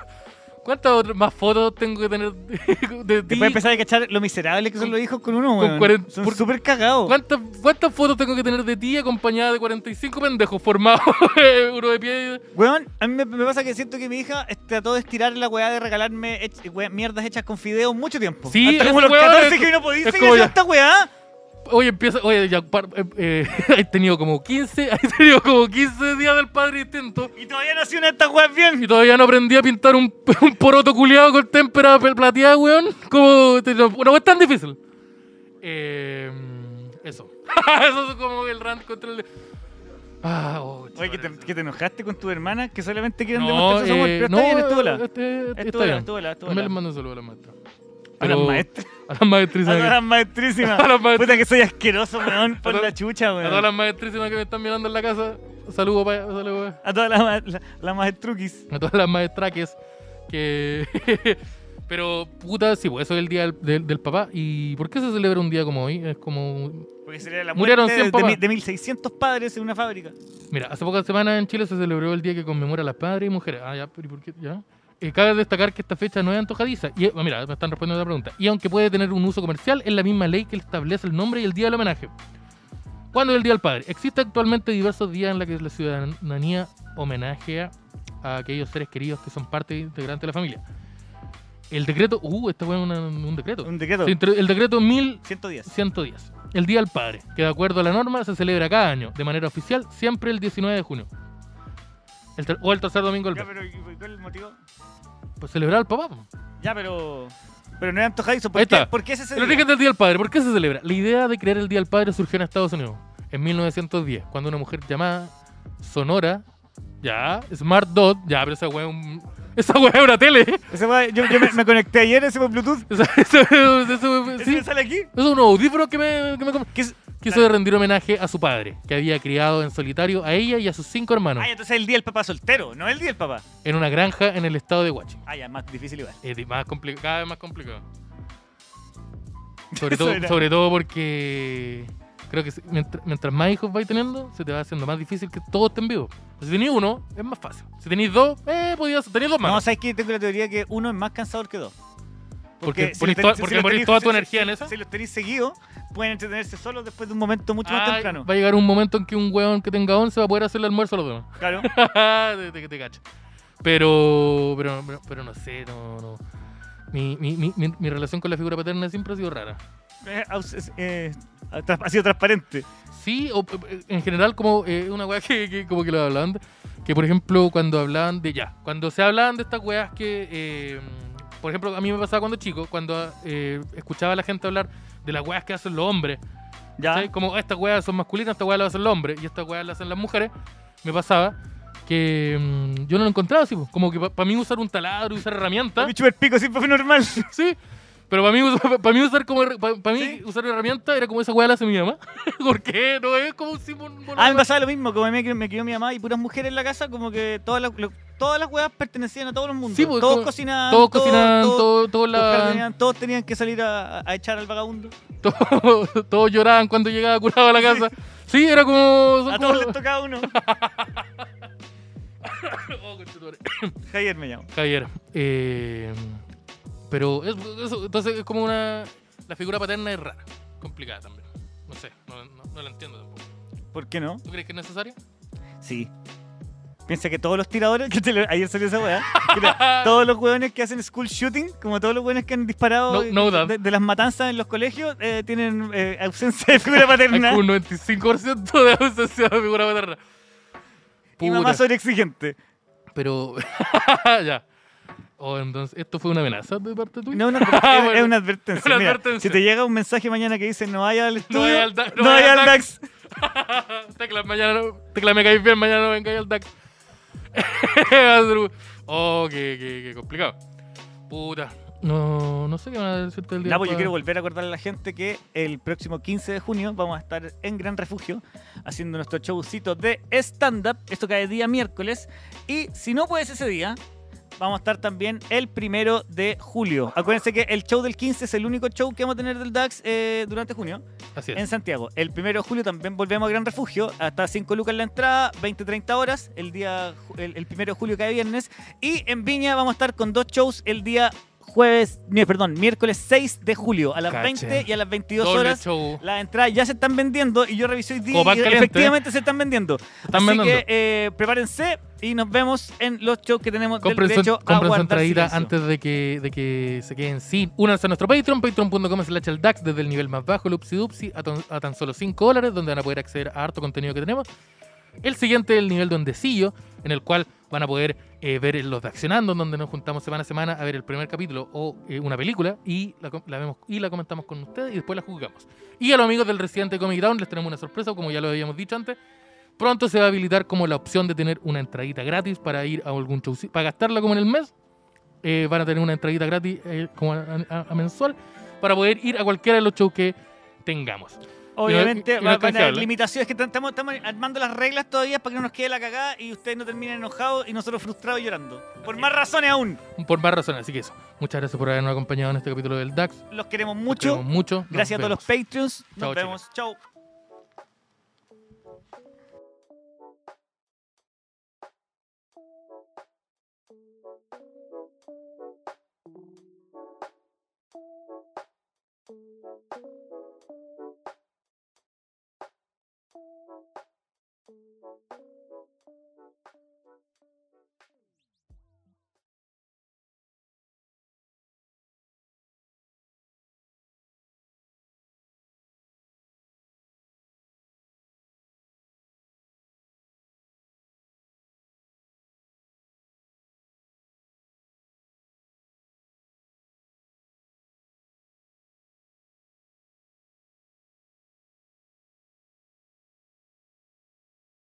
Speaker 2: ¿Cuántas otras más fotos tengo que tener de, de ti?
Speaker 1: Después empezar a cachar lo miserable que son los hijos con uno,
Speaker 2: Con
Speaker 1: weón.
Speaker 2: cuaren-
Speaker 1: Son
Speaker 2: por-
Speaker 1: súper cagados.
Speaker 2: ¿Cuántas, cuántas fotos tengo que tener de ti acompañada de 45 pendejos formados? eh, Uno de pie.
Speaker 1: Weón, a mí me, me pasa que siento que mi hija trató de estirar la weá de regalarme hech- we- mierdas hechas con fideos mucho tiempo.
Speaker 2: Sí,
Speaker 1: Hasta
Speaker 2: es
Speaker 1: como los
Speaker 2: weón,
Speaker 1: 14
Speaker 2: es
Speaker 1: que
Speaker 2: co-
Speaker 1: no podía
Speaker 2: es
Speaker 1: seguir
Speaker 2: como
Speaker 1: haciendo
Speaker 2: ya-
Speaker 1: esta weá.
Speaker 2: Oye, empieza. Oye, ya. par- eh, eh, he tenido como 15. He tenido como 15 días del padre distinto.
Speaker 1: Y todavía no hacía una de estas weas bien.
Speaker 2: Y todavía no aprendí a pintar un, un poroto culiado con témpera pel- plateada, weón. Como. te- no- No es tan difícil. Eh, eso. eso es como el rant contra el. Ah, oh,
Speaker 1: Oye, que te,
Speaker 2: chaval.
Speaker 1: que te enojaste con tu hermana, que solamente quieren
Speaker 2: No,
Speaker 1: demostrar su amor.
Speaker 2: eh,
Speaker 1: Pero está
Speaker 2: no,
Speaker 1: bien, estuvo la.
Speaker 2: eh, este- está
Speaker 1: Estuvo la,
Speaker 2: bien.
Speaker 1: estuvo la, estuvo
Speaker 2: También
Speaker 1: la.
Speaker 2: le mando un saludo a la maestra.
Speaker 1: A las maestras.
Speaker 2: A las maestrísimas.
Speaker 1: A
Speaker 2: que-
Speaker 1: las maestrísimas.
Speaker 2: A las maestrísimas.
Speaker 1: Puta que soy asqueroso, weón. Por
Speaker 2: A to-
Speaker 1: la chucha,
Speaker 2: a
Speaker 1: weón.
Speaker 2: todas las maestrísimas que me están mirando en la casa. Saludo para saludo pa-
Speaker 1: A todas las ma- la- las maestruquis.
Speaker 2: a todas las maestraques que. Pero puta, sí, pues eso es el día del, del- del papá. ¿Y por qué se celebra un día como hoy? Es como.
Speaker 1: Porque sería la muerte
Speaker 2: Murieron
Speaker 1: de,
Speaker 2: 100
Speaker 1: de,
Speaker 2: papás.
Speaker 1: mi- de 1600 padres en una fábrica.
Speaker 2: Mira, hace pocas semanas en Chile se celebró el día que conmemora a las padres y mujeres. Ah, ya, pero ¿y por qué? Ya. Eh, cabe destacar que esta fecha no es antojadiza. Y, eh, mira, me están respondiendo la pregunta. Y aunque puede tener un uso comercial, es la misma ley que establece el nombre y el día del homenaje. ¿Cuándo es el Día del Padre? Existe actualmente diversos días en los que la ciudadanía homenajea a aquellos seres queridos que son parte integrante de la familia. El decreto... Uh, este fue una- un decreto.
Speaker 1: Un decreto.
Speaker 2: Se intre- El decreto 1000...
Speaker 1: 110.
Speaker 2: 110. El Día del Padre, que de acuerdo a la norma se celebra cada año, de manera oficial, siempre el 19 de junio. El ter- o el tercer domingo del
Speaker 1: Ya,
Speaker 2: mes.
Speaker 1: pero ¿y ¿cuál es el motivo?
Speaker 2: Pues celebrar al papá. po.
Speaker 1: Ya, pero. Pero no es antojadizo. ¿Por,
Speaker 2: Ahí
Speaker 1: qué,
Speaker 2: está.
Speaker 1: ¿por qué es ese
Speaker 2: El
Speaker 1: día?
Speaker 2: origen del Día del Padre, ¿por qué se celebra? La idea de crear el Día del Padre surgió en Estados Unidos, en 1910, cuando una mujer llamada Sonora, ya, Smart Dot, ya, pero esa weá es un- Esa weá es una tele.
Speaker 1: Ese fue- yo yo me, me conecté ayer, ese fue Bluetooth.
Speaker 2: Esa- esa- esa-
Speaker 1: ¿Ese
Speaker 2: sí,
Speaker 1: me sale aquí?
Speaker 2: esos son unos audífonos que me, que me comp-
Speaker 1: ¿Qué es?
Speaker 2: Quiso rendir homenaje a su padre, que había criado en solitario a ella y a sus cinco hermanos.
Speaker 1: Ah, ya, entonces es el día del papá soltero, no es el día del papá.
Speaker 2: en una granja en el estado de Washington.
Speaker 1: Ah, ya, más difícil igual.
Speaker 2: Es de- más compli- cada vez más complicado. Sobre
Speaker 1: Eso
Speaker 2: todo,
Speaker 1: era.
Speaker 2: sobre todo porque Creo que si- mientras, mientras más hijos vais teniendo, se te va haciendo más difícil que todos estén vivos. Si tenéis uno, es más fácil. Si tenéis dos, eh, podías tenéis dos
Speaker 1: No,
Speaker 2: más.
Speaker 1: sabes que tengo la teoría que uno es más cansador que dos.
Speaker 2: Porque
Speaker 1: si
Speaker 2: ponís
Speaker 1: los
Speaker 2: toda-
Speaker 1: si
Speaker 2: porque
Speaker 1: los
Speaker 2: ponís
Speaker 1: tenéis-
Speaker 2: toda tu
Speaker 1: si- si-
Speaker 2: energía en eso.
Speaker 1: Si los tenéis seguidos, pueden entretenerse solos después de un momento mucho más
Speaker 2: Ay,
Speaker 1: temprano.
Speaker 2: Va a llegar un momento en que un weón que tenga 11 va a poder hacerle almuerzo a los demás.
Speaker 1: Claro.
Speaker 2: te, te, te cacho. Pero, pero, pero, pero no sé, no, no. Mi, mi, mi, mi, mi relación con la figura paterna siempre ha sido rara.
Speaker 1: Eh, aus- es- eh, tra- ha sido transparente.
Speaker 2: Sí, o, eh, en general, como eh, una weá que, que como que lo hablaban, de- que por ejemplo, cuando hablaban de ya, cuando se hablaban de estas weas que, eh, por ejemplo, a mí me pasaba cuando chico, cuando eh, escuchaba a la gente hablar de las weas que hacen los hombres,
Speaker 1: Ya.
Speaker 2: ¿cachai? Como estas weas son masculinas, estas weas las hacen los hombres y estas weas las hacen las mujeres, me pasaba que mm, yo no lo encontraba así, po. como que para mí usar un taladro, usar herramientas,
Speaker 1: A mí chupar pico siempre fue normal.
Speaker 2: sí. pues, Pero para mí, usar- para mí usar como para, mí
Speaker 1: Sí.
Speaker 2: usar una herramienta era como esa weá la hace mi mamá. ¿Por qué? No es como un simón.
Speaker 1: A mí me pasaba lo mismo, como me, me crió mi mamá y puras mujeres en la casa, como que todas las, lo- todas las huevas pertenecían a todos los mundos.
Speaker 2: Sí, pues,
Speaker 1: todos
Speaker 2: como-
Speaker 1: cocinaban.
Speaker 2: Todos cocinaban,
Speaker 1: todos-
Speaker 2: todos todo
Speaker 1: todos
Speaker 2: la,
Speaker 1: jardineaban, todos tenían que salir a, a- a echar al vagabundo.
Speaker 2: todo- todos lloraban cuando llegaba curado a la casa. Sí, era como. son
Speaker 1: A
Speaker 2: Pues, como-
Speaker 1: todos les tocaba uno.
Speaker 2: Oh, conchetumare.
Speaker 1: Javier me llama.
Speaker 2: Javier, eh, pero es- eso, entonces es como una. La figura paterna es rara, complicada también. No sé, no, no- no la entiendo tampoco.
Speaker 1: ¿Por qué no?
Speaker 2: ¿Tú crees que es necesario?
Speaker 1: Sí. Piensa que todos los tiradores, que te lo- ayer salió esa weá, que la- todos los hueones que hacen school shooting, como todos los hueones que han disparado
Speaker 2: No- no doubt.
Speaker 1: de, de las matanzas en los colegios, eh, tienen eh, ausencia de figura
Speaker 2: Hay
Speaker 1: paterna.
Speaker 2: como un 95% de ausencia de figura paterna.
Speaker 1: Y mamá
Speaker 2: Puta.
Speaker 1: sobreexigente.
Speaker 2: Pero. ya. Oh, entonces, ¿esto fue una amenaza de parte tuya?
Speaker 1: No, no,
Speaker 2: Ah,
Speaker 1: es- es
Speaker 2: bueno.
Speaker 1: una advertencia.
Speaker 2: Una
Speaker 1: Mira,
Speaker 2: advertencia.
Speaker 1: Si te llega un mensaje mañana que dice no vaya al estudio, no vaya
Speaker 2: vaya al
Speaker 1: al,
Speaker 2: Da- no vaya al
Speaker 1: DAX,
Speaker 2: Tecla, mañana no, tecla, me caís bien, mañana no vengáis al DAC. Va a ser un- oh, qué, qué, qué complicado. Puta. No, no sé qué van a decirte el día.
Speaker 1: Ya, pues yo
Speaker 2: pa-
Speaker 1: quiero volver a acordarle a la gente que el próximo 15 de junio vamos a estar en Gran Refugio haciendo nuestro showcito de stand-up. Esto cae día miércoles. Y si no puedes ese día, vamos a estar también el primero de julio. Acuérdense que el show del 15 es el único show que vamos a tener del DAX eh, durante junio.
Speaker 2: Así es.
Speaker 1: en Santiago. El 1 de julio también volvemos a Gran Refugio. Hasta 5 lucas la entrada, 20-30 horas. El día ju- el, 1 de julio cada viernes. Y en Viña vamos a estar con dos shows el día jueves, mi- perdón, miércoles 6 de julio a las
Speaker 2: Cacha.
Speaker 1: 20 y a las 22
Speaker 2: Doble
Speaker 1: horas.
Speaker 2: show.
Speaker 1: Las entradas ya se están vendiendo y yo revisé hoy día
Speaker 2: Copa
Speaker 1: y
Speaker 2: caliente. ¿eh?
Speaker 1: efectivamente se están vendiendo.
Speaker 2: Están
Speaker 1: Así que
Speaker 2: vendiendo.
Speaker 1: eh, prepárense y nos vemos en los shows que tenemos
Speaker 2: Compren
Speaker 1: del
Speaker 2: su,
Speaker 1: derecho a
Speaker 2: compren su
Speaker 1: guardar
Speaker 2: entradita
Speaker 1: silencio.
Speaker 2: antes de que, de que se queden sin. Únanse a nuestro Patreon, patreon.com slash el DAX, desde el nivel más bajo, Lupsi Dupsi, a, ton- a tan solo 5 dólares, donde van a poder acceder a harto contenido que tenemos. El siguiente es el nivel dondecillo, en el cual van a poder eh, ver los de Accionando, donde nos juntamos semana a semana a ver el primer capítulo o eh, una película y la, com- la vemos y la comentamos con ustedes y después la juzgamos. Y a los amigos del Residente Comic Down les tenemos una sorpresa, como ya lo habíamos dicho antes. Pronto se va a habilitar como la opción de tener una entradita gratis para ir a algún show, para gastarla como en el mes. eh, van a tener una entradita gratis eh, como a, a- a mensual para poder ir a cualquiera de los shows que tengamos.
Speaker 1: Obviamente
Speaker 2: Y no- y no
Speaker 1: va-
Speaker 2: es
Speaker 1: van a haber
Speaker 2: canjeable.
Speaker 1: limitaciones que estamos, estamos armando las reglas todavía para que no nos quede la cagada y ustedes no terminen enojados y nosotros frustrados y llorando. Por más razones aún,
Speaker 2: Por más razones, así que eso. Muchas gracias por habernos acompañado en este capítulo del DAX.
Speaker 1: los queremos
Speaker 2: Los
Speaker 1: mucho.
Speaker 2: queremos mucho. Nos
Speaker 1: Gracias a todos
Speaker 2: vemos.
Speaker 1: los Patreons. Nos
Speaker 2: Chao,
Speaker 1: vemos. Chau.